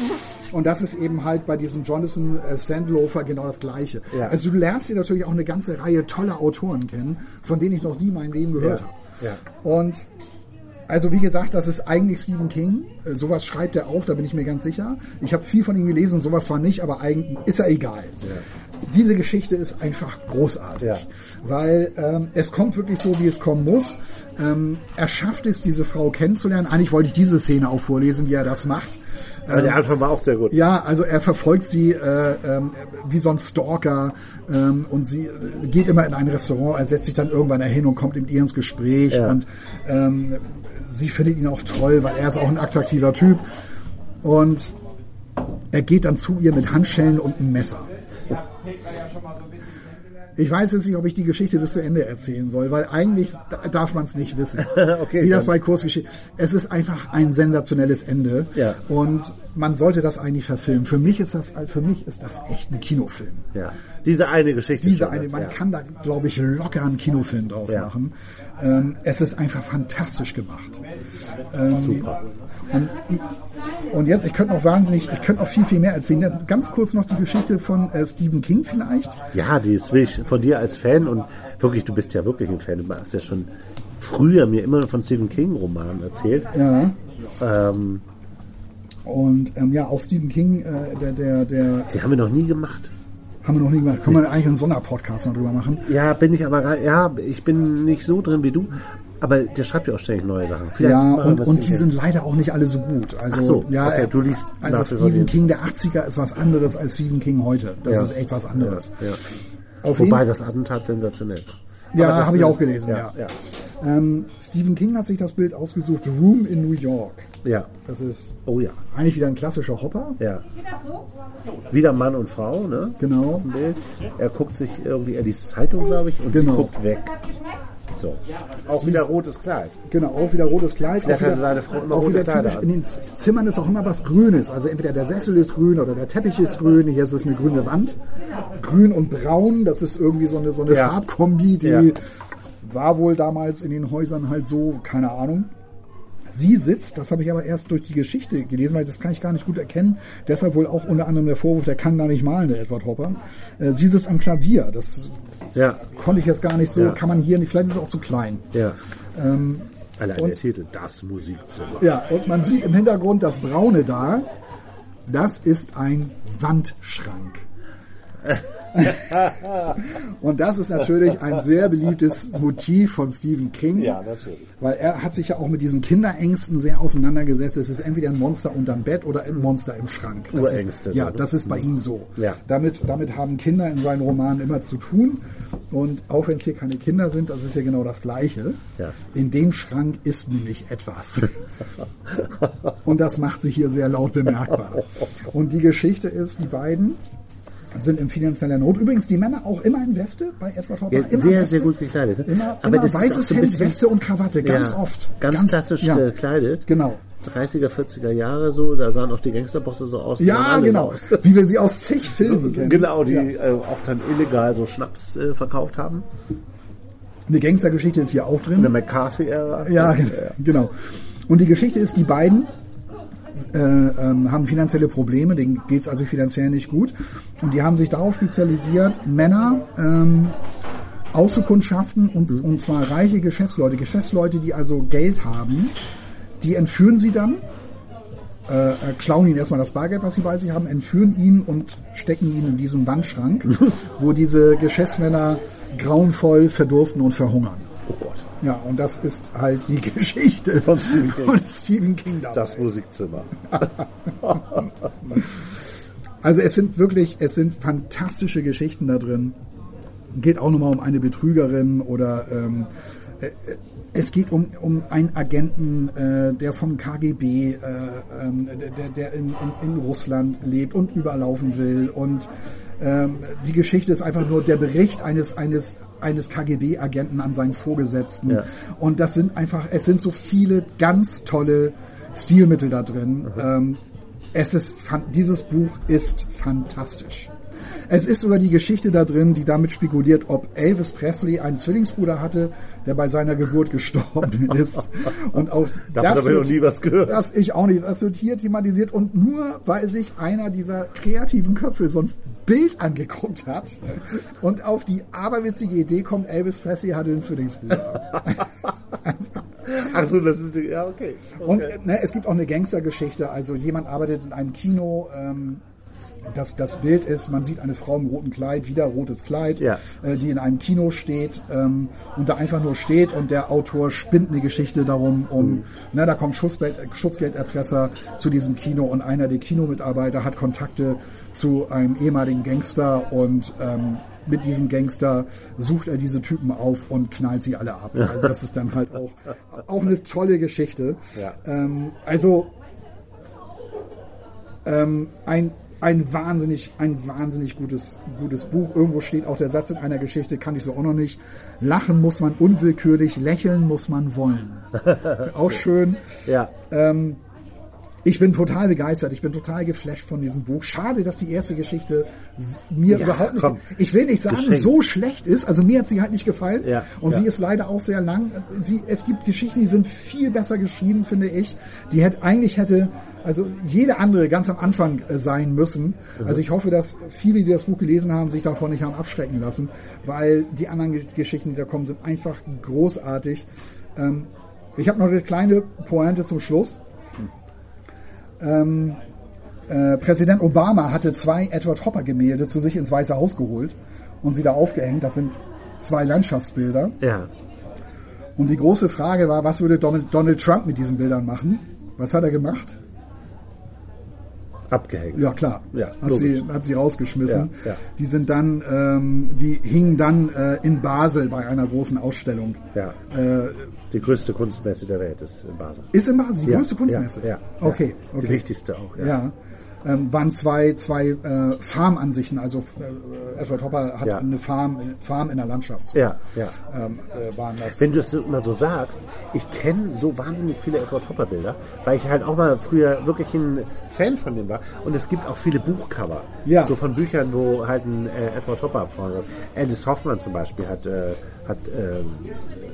S2: Und das ist eben halt bei diesem Jonathan äh, Sandlofer genau das Gleiche.
S1: Ja.
S2: Also du lernst hier natürlich auch eine ganze Reihe toller Autoren kennen, von denen ich noch nie in meinem Leben gehört
S1: Ja.
S2: habe.
S1: Ja.
S2: Und also wie gesagt, das ist eigentlich Stephen King. Äh, Sowas schreibt er auch, da bin ich mir ganz sicher. Ich habe viel von ihm gelesen, sowas war nicht, aber eigentlich ist er egal. Diese Geschichte ist einfach großartig,
S1: Ja.
S2: weil ähm, es kommt wirklich so, wie es kommen muss. Ähm, er schafft es, diese Frau kennenzulernen. Eigentlich wollte ich diese Szene auch vorlesen, wie er das macht.
S1: Aber der Anfang war auch sehr gut.
S2: Äh, Ja, also er verfolgt sie äh, ähm, wie so ein Stalker ähm, und sie äh, geht immer in ein Restaurant, er setzt sich dann irgendwann dahin und kommt mit ihr ins Gespräch
S1: Ja.
S2: und ähm, sie findet ihn auch toll, weil er ist auch ein attraktiver Typ und er geht dann zu ihr mit Handschellen und einem Messer. Ich weiß jetzt nicht, ob ich die Geschichte bis zu Ende erzählen soll, weil eigentlich da- darf man es nicht wissen.
S1: Okay,
S2: Wie das
S1: dann.
S2: bei Kursgeschichte. Es ist einfach ein sensationelles Ende.
S1: Ja.
S2: Und man sollte das eigentlich verfilmen. Für mich ist das, für mich ist das echt ein Kinofilm.
S1: Ja. Diese eine Geschichte.
S2: Diese
S1: schon,
S2: eine, man
S1: ja.
S2: kann da, glaube ich, locker einen Kinofilm draus
S1: Ja.
S2: machen. Ähm, es ist einfach fantastisch gemacht. Ähm,
S1: Super.
S2: Und jetzt, ich könnte noch wahnsinnig, ich könnte noch viel, viel mehr erzählen. Ganz kurz noch die Geschichte von äh, Stephen King vielleicht.
S1: Ja, die ist wirklich von dir als Fan und wirklich, du bist ja wirklich ein Fan. Du hast ja schon früher mir immer von Stephen King Romanen erzählt.
S2: Ja.
S1: Ähm,
S2: Und ähm, ja, auch Stephen King, äh, der, der, der,
S1: die haben wir noch nie gemacht.
S2: haben wir noch nie gemacht. Können wir eigentlich einen Sonderpodcast mal drüber machen?
S1: Ja, bin ich aber gar- ja, ich bin nicht so drin wie du. Aber der schreibt ja auch ständig neue Sachen. Vielleicht
S2: ja,
S1: machen
S2: und,
S1: wir
S2: und die
S1: Stephen
S2: sind leider auch nicht alle so gut. Also,
S1: Ach so,
S2: ja,
S1: okay,
S2: äh,
S1: du liest nach wie
S2: also
S1: vor
S2: Stephen
S1: den-
S2: King der 80er ist was anderes als Stephen King heute. Das
S1: Ja.
S2: ist echt was anderes.
S1: Ja, ja.
S2: Auf
S1: Wobei
S2: jeden,
S1: das Attentat sensationell war.
S2: Hm? Ja,
S1: Aber das
S2: habe ich
S1: ist-
S2: auch gelesen,
S1: ja.
S2: ja.
S1: ja.
S2: ähm, Stephen King hat sich das Bild ausgesucht, Room in New York.
S1: Ja.
S2: Das ist
S1: Oh ja.
S2: eigentlich wieder ein klassischer Hopper.
S1: Ja. Wieder Mann und Frau, ne?
S2: Genau.
S1: Im Bild. Er guckt sich irgendwie, er liest Zeitung, glaube ich, und
S2: Genau.
S1: sie guckt weg. So. Auch wieder rotes Kleid.
S2: Genau, auch wieder rotes Kleid.
S1: Vielleicht
S2: auch wieder,
S1: hatte seine Frau immer
S2: auch
S1: rote
S2: wieder
S1: Kleider
S2: typisch,
S1: an.
S2: in den Z- Zimmern ist auch immer was Grünes. Also entweder der Sessel ist grün oder der Teppich ist grün. Hier ist es eine grüne Wand. Grün und braun, das ist irgendwie so eine, so eine
S1: Ja.
S2: Farbkombi, die
S1: Ja.
S2: war wohl damals in den Häusern halt so, keine Ahnung. Sie sitzt, das habe ich aber erst durch die Geschichte gelesen, weil das kann ich gar nicht gut erkennen. Deshalb wohl auch unter anderem der Vorwurf, der kann gar nicht malen, der Edward Hopper. Äh, Sie sitzt am Klavier. Das
S1: Ja.
S2: konnte ich jetzt gar nicht so,
S1: Ja.
S2: kann man hier nicht, vielleicht ist es auch zu klein.
S1: Ja.
S2: Ähm,
S1: Allein der Titel, das Musikzimmer.
S2: Ja, und man sieht im Hintergrund das Braune da. Das ist ein Wandschrank. und das ist natürlich ein sehr beliebtes Motiv von Stephen King.
S1: Ja, natürlich.
S2: Weil er hat sich ja auch mit diesen Kinderängsten sehr auseinandergesetzt. Es ist entweder ein Monster unterm Bett oder ein Monster im Schrank. Das
S1: Urängste,
S2: Ist,
S1: so,
S2: ja,
S1: ne?
S2: das ist bei ihm so.
S1: Ja.
S2: Damit, damit haben Kinder in seinen Romanen immer zu tun. Und auch wenn es hier keine Kinder sind, das ist ja genau das Gleiche.
S1: Ja.
S2: In dem Schrank ist nämlich etwas. Und das macht sich hier sehr laut bemerkbar. Und die Geschichte ist, die beiden sind in finanzieller Not. Übrigens, die Männer auch immer in Weste bei Edward Hopper.
S1: Ja,
S2: immer
S1: sehr,
S2: Weste.
S1: sehr gut gekleidet. Ne?
S2: Immer, immer
S1: das ist auch
S2: weißes
S1: so ein
S2: Hemd,
S1: bisschen-
S2: Weste und Krawatte, ganz
S1: ja,
S2: oft.
S1: Ganz, klassisch äh,
S2: ja,
S1: gekleidet.
S2: Genau.
S1: 30er, 40er Jahre so, da sahen auch die Gangsterbosse so aus. sahen
S2: Ja,
S1: alle
S2: genau.
S1: so aus.
S2: Wie wir sie aus zig Filmen kennen.
S1: Genau, die
S2: Ja.
S1: äh, auch dann illegal so Schnaps äh, verkauft haben.
S2: Eine Gangstergeschichte ist hier auch
S1: In der
S2: drin.
S1: McCarthy-Ära.
S2: Ja, gen- genau. Und die Geschichte ist, die beiden äh, ähm, haben finanzielle Probleme, denen geht es also finanziell nicht gut. Und die haben sich darauf spezialisiert, Männer ähm, auszukundschaften und, und zwar reiche Geschäftsleute, Geschäftsleute, die also Geld haben, die entführen sie dann, äh, äh, klauen ihnen erstmal das Bargeld, was sie bei sich haben, entführen ihn und stecken ihn in diesen Wandschrank, wo diese Geschäftsmänner grauenvoll verdursten und verhungern.
S1: Oh Gott,
S2: Ja, und das ist halt die Geschichte
S1: Von Stephen King.
S2: von Stephen King dabei.
S1: das Musikzimmer.
S2: Also es sind wirklich, es sind fantastische Geschichten da drin. Geht auch nochmal um eine Betrügerin oder ähm, äh, äh, es geht um, um einen Agenten, äh, der vom KGB, äh, ähm, der, der, der in, in, in Russland lebt und überlaufen will. Und ähm, die Geschichte ist einfach nur der Bericht eines, eines, eines KGB-Agenten an seinen Vorgesetzten.
S1: Ja.
S2: Und das sind einfach, es sind so viele ganz tolle Stilmittel da
S1: Mhm.
S2: drin. Ähm, es ist, fan- dieses Buch ist fantastisch. Es ist sogar die Geschichte da drin, die damit spekuliert, ob Elvis Presley einen Zwillingsbruder hatte, der bei seiner Geburt gestorben ist. Und auch
S1: Davon habe ich noch nie was gehört.
S2: Das ich auch nicht. Das wird hier thematisiert und nur weil sich einer dieser kreativen Köpfe so ein Bild angeguckt hat und auf die aberwitzige Idee kommt, Elvis Presley hatte einen Zwillingsbruder.
S1: Achso, das ist die, ja okay.
S2: Und
S1: okay.
S2: ne, es gibt auch eine Gangstergeschichte. Also jemand arbeitet in einem Kino. Ähm, das, das Bild ist, man sieht eine Frau im roten Kleid, wieder rotes Kleid,
S1: Ja.
S2: äh, die in einem Kino steht ähm, und da einfach nur steht und der Autor spinnt eine Geschichte darum, um, ne, da kommt Schutzgeld, Schutzgelderpresser zu diesem Kino und einer der Kinomitarbeiter hat Kontakte zu einem ehemaligen Gangster und ähm, mit diesem Gangster sucht er diese Typen auf und knallt sie alle ab. Also das ist dann halt auch, auch eine tolle Geschichte.
S1: Ja.
S2: Ähm, also ähm, ein, ein wahnsinnig, ein wahnsinnig gutes, gutes Buch. Irgendwo steht auch der Satz in einer Geschichte, kann ich so auch noch nicht. Lachen muss man unwillkürlich, lächeln muss man wollen. auch schön.
S1: ja.
S2: Ich bin total begeistert, ich bin total geflasht von diesem Buch. Schade, dass die erste Geschichte s- mir
S1: Ja,
S2: überhaupt nicht.
S1: komm.
S2: Ich will nicht sagen,
S1: Geschenk.
S2: so schlecht ist. Also mir hat sie halt nicht gefallen.
S1: Ja,
S2: Und
S1: ja.
S2: sie ist leider auch sehr lang. Sie, es gibt Geschichten, die sind viel besser geschrieben, finde ich. Die hätte eigentlich hätte, also jede andere ganz am Anfang äh, sein müssen.
S1: Mhm.
S2: Also ich hoffe, dass viele, die das Buch gelesen haben, sich davon nicht haben abschrecken lassen, weil die anderen Ge- Geschichten, die da kommen, sind einfach großartig. Ähm, ich habe noch eine kleine Pointe zum Schluss. Äh, Präsident Obama hatte zwei Edward Hopper Gemälde zu sich ins Weiße Haus geholt und sie da aufgehängt. Das sind zwei Landschaftsbilder.
S1: ja.
S2: Und die große Frage war, was würde Donald, Donald Trump mit diesen Bildern machen? Was hat er gemacht?
S1: Abgehängt.
S2: Ja, klar.
S1: Ja,
S2: hat, sie,
S1: logisch.
S2: hat sie rausgeschmissen.
S1: Ja, ja.
S2: Die sind dann, ähm, die hingen dann äh, in Basel bei einer großen Ausstellung.
S1: Ja.
S2: Äh,
S1: Die größte Kunstmesse der Welt ist in Basel.
S2: ist in Basel die
S1: Ja,
S2: größte Kunstmesse.
S1: Ja, ja,
S2: okay,
S1: ja.
S2: okay.
S1: Die wichtigste auch. Ja.
S2: Ja. Ähm, waren zwei, zwei äh, Farmansichten. Also äh, Edward Hopper hat
S1: Ja.
S2: eine Farm, Farm in der Landschaft. So.
S1: Ja, ja.
S2: Ähm, äh, waren das.
S1: Wenn du es so- immer so sagst, ich kenne so wahnsinnig viele Edward Hopper Bilder, weil ich halt auch mal früher wirklich ein Fan von dem war. Und es gibt auch viele Buchcover.
S2: Ja.
S1: So von Büchern, wo halt ein äh, Edward Hopper vorne. Alice Hoffmann zum Beispiel hat, äh, hat ähm,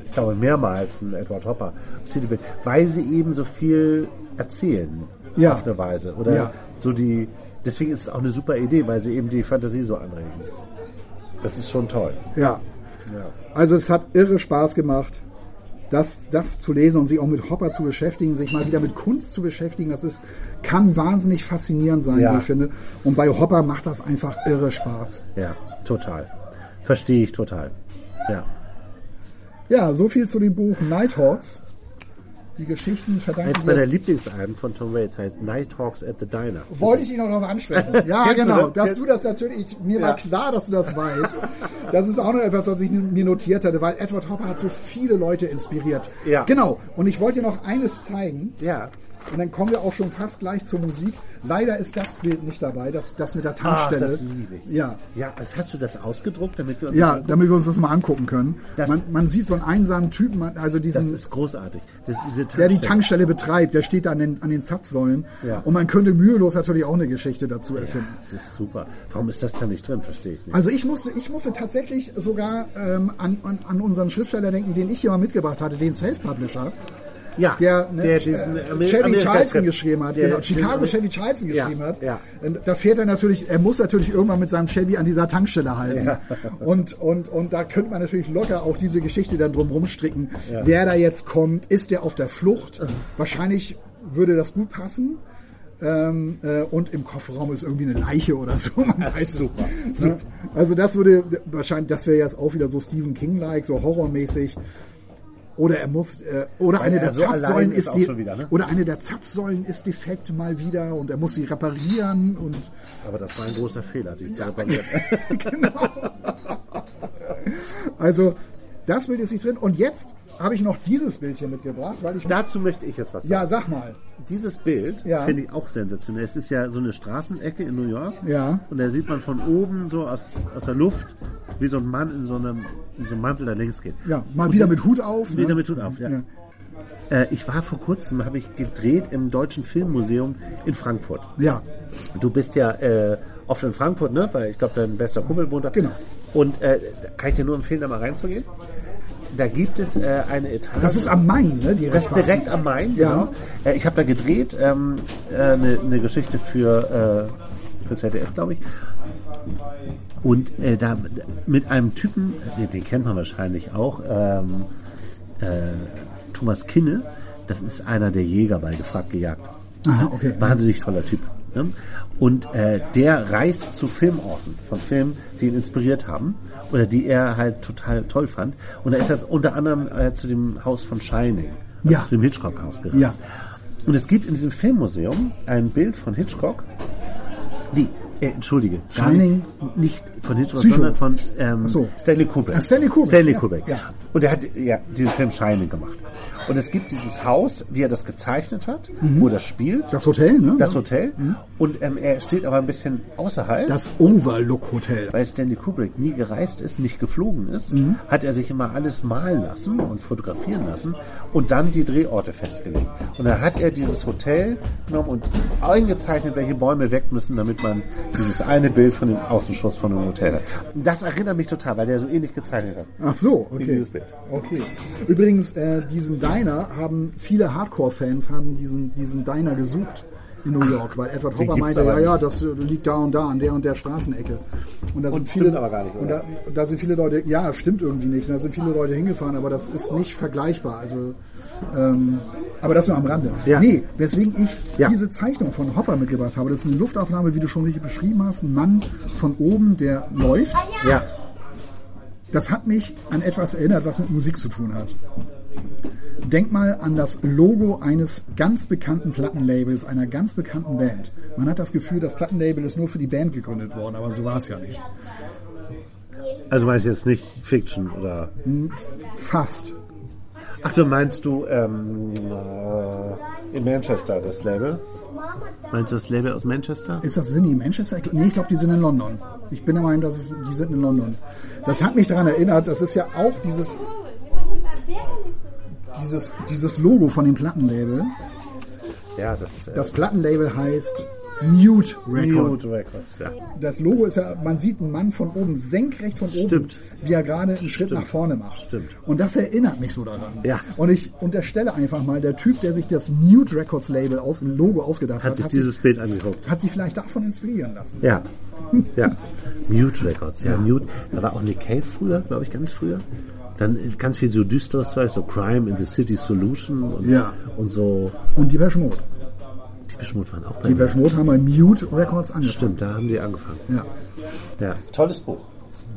S1: ich glaube, mehrmals ein Edward Hopper auf Titelbild, weil sie eben so viel erzählen.
S2: Ja.
S1: Auf eine Weise. Oder
S2: Ja.
S1: so die. Deswegen ist es auch eine super Idee, weil sie eben die Fantasie so anregen. Das ist schon toll.
S2: Ja. Also es hat irre Spaß gemacht, das, das zu lesen und sich auch mit Hopper zu beschäftigen, sich mal wieder mit Kunst zu beschäftigen. Das ist, kann wahnsinnig faszinierend sein,
S1: Ja.
S2: wie ich finde. Und bei Hopper macht das einfach irre Spaß.
S1: Ja, total. Verstehe ich total. Ja.
S2: Ja, so viel zu dem Buch Nighthawks. Die Geschichten
S1: Eins
S2: verdanken
S1: meiner
S2: wir.
S1: Lieblingsalben von Tom Waits heißt Nighthawks at the Diner.
S2: Wollte ich dich noch darauf ansprechen. Ja,
S1: Kennst du
S2: genau.
S1: das?
S2: Dass du das natürlich, ich, mir war klar, dass du das weißt. Das ist auch noch etwas, was ich mir notiert hatte, weil Edward Hopper hat so viele Leute inspiriert.
S1: Ja.
S2: Genau. Und ich wollte dir noch eines zeigen.
S1: Ja.
S2: Und dann kommen wir auch schon fast gleich zur Musik. Leider ist das Bild nicht dabei, das, das mit der Tankstelle.
S1: Ah, das liebe ich.
S2: Ja,
S1: Ja, also hast du das ausgedruckt, damit wir uns
S2: ja,
S1: das angucken?
S2: damit wir uns das mal angucken können.
S1: Das-
S2: man, man sieht so einen einsamen Typen, man- also
S1: das
S2: diesen,
S1: ist großartig. Das ist diese
S2: der die
S1: Tankstelle.
S2: Tankstelle betreibt, der steht da an den, an den Zapfsäulen.
S1: Ja.
S2: Und man könnte mühelos natürlich auch eine Geschichte dazu erfinden.
S1: Das ist super. Warum ist das da nicht drin? Verstehe ich nicht.
S2: Also ich musste, ich musste tatsächlich sogar ähm, an, an, an unseren Schriftsteller denken, den ich hier mal mitgebracht hatte, den Self-Publisher,
S1: ja,
S2: der, ne,
S1: diesen
S2: äh,
S1: Amer-
S2: Chevy
S1: Amerika-
S2: Charlton geschrieben hat.
S1: der-
S2: genau, Chicago
S1: den-
S2: Chevy Charlton
S1: Ja,
S2: geschrieben hat.
S1: ja.
S2: Und da fährt er natürlich, er muss natürlich irgendwann mit seinem Chevy an dieser Tankstelle halten. Und, und, und da könnte man natürlich locker auch diese Geschichte dann drum rumstricken. Wer da jetzt kommt, ist der auf der Flucht? Wahrscheinlich würde das gut passen. Ähm, äh, und im Kofferraum ist irgendwie eine Leiche oder so. Man weiß es.
S1: super,
S2: Ne? Also das würde wahrscheinlich, das wäre jetzt auch wieder so Stephen King-like, so horrormäßig. Oder er muss, äh, oder eine der
S1: er so allein
S2: Zapfsäulen
S1: ist
S2: ist,
S1: auch
S2: die,
S1: schon wieder, ne?
S2: oder eine der Zapfsäulen ist defekt mal wieder und er muss sie reparieren und
S1: Aber das war ein großer Fehler. Die ja.
S2: also das Bild ist nicht drin. Und jetzt habe ich noch dieses Bild hier mitgebracht, weil ich
S1: Dazu möchte ich jetzt was sagen.
S2: ja sag mal,
S1: Dieses Bild
S2: Ja.
S1: finde ich auch sensationell. Es ist ja so eine Straßenecke in New York.
S2: Ja.
S1: Und da sieht man von oben so aus, aus der Luft, wie so ein Mann in so einem, in so einem Mantel da längs geht.
S2: ja mal wieder mit Hut auf, ne?
S1: Wieder mit Hut auf, ja.
S2: Ja.
S1: Äh, ich war vor kurzem, habe ich gedreht im Deutschen Filmmuseum in Frankfurt.
S2: ja,
S1: Du bist ja äh, oft in Frankfurt, ne? Weil ich glaube, dein bester Kumpel wohnt da.
S2: Genau.
S1: Und äh, da kann ich dir nur empfehlen, da mal reinzugehen. Da gibt es äh, eine Etage.
S2: das ist am Main, ne? Die
S1: Das ist direkt am Main,
S2: Ja.
S1: genau. Äh, Ich habe da gedreht, ähm, äh, eine eine Geschichte für, äh, für ZDF, glaube ich. Und äh, da mit einem Typen, den, den kennt man wahrscheinlich auch, ähm, äh, Thomas Kinne, das ist einer der Jäger bei Gefragt gejagt.
S2: Aha, okay.
S1: Wahnsinnig toller Typ. Ne? Und äh, der reist zu Filmorten von Filmen, die ihn inspiriert haben oder die er halt total toll fand. Und er ist jetzt unter anderem äh, zu dem Haus von Shining, also
S2: Ja.
S1: zu dem Hitchcock-Haus gereist.
S2: Ja.
S1: Und es gibt in diesem Filmmuseum ein Bild von Hitchcock. Nee, äh, entschuldige. gar
S2: Shining?
S1: Nicht, nicht von Hitchcock,
S2: Psycho.
S1: sondern von ähm,
S2: Ach so.
S1: Stanley Kubrick.
S2: Ah, Stanley Kubrick,
S1: Stanley
S2: ja,
S1: Kubrick.
S2: ja.
S1: Und er hat ja, den Film Shining gemacht. Und es gibt dieses Haus, wie er das gezeichnet hat,
S2: Mhm.
S1: wo das spielt.
S2: Das Hotel, ne?
S1: Das Hotel. Und ähm, er steht aber ein bisschen außerhalb.
S2: das Overlook Hotel.
S1: weil Stanley Kubrick nie gereist ist, nicht geflogen ist, hat er sich immer alles malen lassen und fotografieren lassen und dann die Drehorte festgelegt. Und dann hat er dieses Hotel genommen und eingezeichnet, welche Bäume weg müssen, damit man dieses eine Bild von dem Außenschuss von dem Hotel hat. Und das erinnert mich total, weil der so ähnlich gezeichnet hat.
S2: Ach so, okay.
S1: dieses Bild.
S2: Okay. Übrigens, äh, diesen Diner haben viele Hardcore-Fans haben diesen, diesen Diner gesucht in New York, weil Edward Hopper
S1: gibt's
S2: meinte,
S1: aber
S2: ja, ja, das äh, liegt da und da an der und der Straßenecke. Und da sind
S1: stimmt
S2: viele,
S1: aber gar nicht,
S2: und
S1: oder?
S2: da, und da sind viele Leute, ja, stimmt irgendwie nicht. Und Da sind viele Leute hingefahren, aber das ist nicht vergleichbar. Also, ähm, aber das nur am Rande.
S1: Ja.
S2: Nee, weswegen ich
S1: Ja.
S2: diese Zeichnung von Hopper mitgebracht habe. Das ist eine Luftaufnahme, wie du schon richtig beschrieben hast. Ein Mann von oben, der läuft.
S1: Ja.
S2: Das hat mich an etwas erinnert, was mit Musik zu tun hat. Denk mal an das Logo eines ganz bekannten Plattenlabels, einer ganz bekannten Band. Man hat das Gefühl, das Plattenlabel ist nur für die Band gegründet worden, aber so war es ja nicht.
S1: Also meinst du jetzt nicht Fiction oder...
S2: Fast.
S1: Ach, du meinst du ähm, äh, in Manchester das Label? Meinst du das Label aus Manchester?
S2: Ist das Sydney, Manchester? Nee, ich glaube, die sind in London. Ich bin der Meinung, dass es, die sind in London. Das hat mich daran erinnert, das ist ja auch dieses, dieses, dieses Logo von dem Plattenlabel.
S1: Ja, das... Äh,
S2: Das Plattenlabel heißt Mute Records.
S1: Mute Records, ja.
S2: Das Logo ist ja, man sieht einen Mann von oben, senkrecht von oben,
S1: Stimmt.
S2: wie er gerade einen Schritt nach vorne macht.
S1: Stimmt.
S2: Und das erinnert mich so daran.
S1: Ja.
S2: Und ich unterstelle einfach mal, der Typ, der sich das Mute Records Label aus dem Logo ausgedacht hat,
S1: Hat sich dieses Bild angeguckt.
S2: hat sich vielleicht davon inspirieren lassen.
S1: Ja. Ja. Mute Records, ja. Mute. Da war auch Nick Cave früher, glaube ich, ganz früher. Dann äh, ganz viel so düsteres Zeug, so Crime in the City Solution und,
S2: Ja.
S1: und so.
S2: Und die Mode.
S1: Die Beschmut waren auch bei
S2: Die
S1: mir.
S2: Mode haben bei Mute Records angefangen.
S1: Stimmt, da haben die angefangen.
S2: Ja.
S1: Ja. Tolles Buch.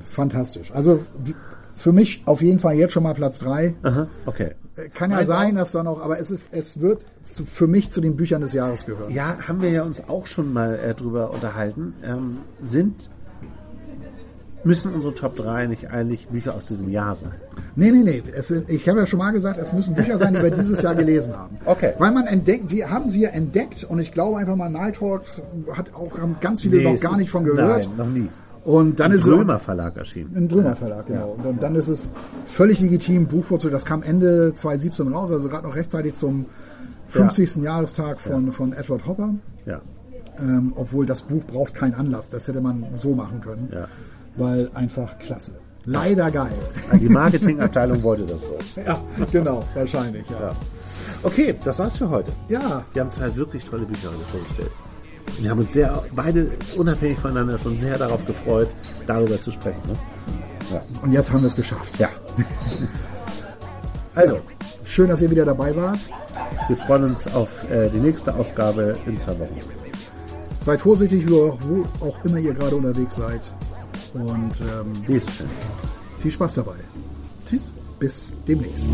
S2: Fantastisch. Also die- für mich auf jeden Fall jetzt schon mal Platz 3.
S1: Aha, okay.
S2: Kann ja
S1: Meins
S2: sein, dass da noch, aber es ist, es wird zu, für mich zu den Büchern des Jahres gehören.
S1: Ja, haben wir ja uns auch schon mal äh, drüber unterhalten. Ähm, sind müssen unsere Top 3 nicht eigentlich Bücher aus diesem Jahr sein?
S2: Nee, nee, nee. Es, sind- ich habe ja schon mal gesagt, es müssen Bücher sein, die wir dieses Jahr gelesen haben.
S1: Okay.
S2: Weil man entdeckt, wir haben sie ja entdeckt und ich glaube einfach mal, Nighthawks hat auch haben ganz viele
S1: Nee,
S2: noch
S1: es
S2: gar
S1: ist-
S2: nicht von gehört. Also-
S1: Nein, noch nie.
S2: Und dann ist es
S1: Römer Verlag erschienen.
S2: Im Drömer Verlag, genau. Und dann, dann ist es völlig legitim, Buchwurzel, das kam Ende 2017 raus, also gerade noch rechtzeitig zum 50. Jahrestag von, von Edward Hopper.
S1: Ja.
S2: Ähm, obwohl das Buch braucht keinen Anlass, das hätte man so machen können.
S1: Ja.
S2: Weil einfach klasse. Leider geil.
S1: Also Die Marketingabteilung wollte das so.
S2: ja, genau, wahrscheinlich. Ja.
S1: Ja. Okay, das war's für heute.
S2: Ja.
S1: Wir haben zwei wirklich tolle Bücher heute vorgestellt. Wir haben uns sehr, beide unabhängig voneinander schon sehr darauf gefreut, darüber zu sprechen. Ne?
S2: und jetzt haben wir es geschafft. Ja.
S1: Also,
S2: Schön, dass ihr wieder dabei wart.
S1: wir freuen uns auf äh, die nächste Ausgabe in zwei Wochen.
S2: Seid vorsichtig, wo, wo auch immer ihr gerade unterwegs seid. Und ähm,
S1: Lest schön.
S2: viel Spaß dabei. Tschüss. Bis demnächst.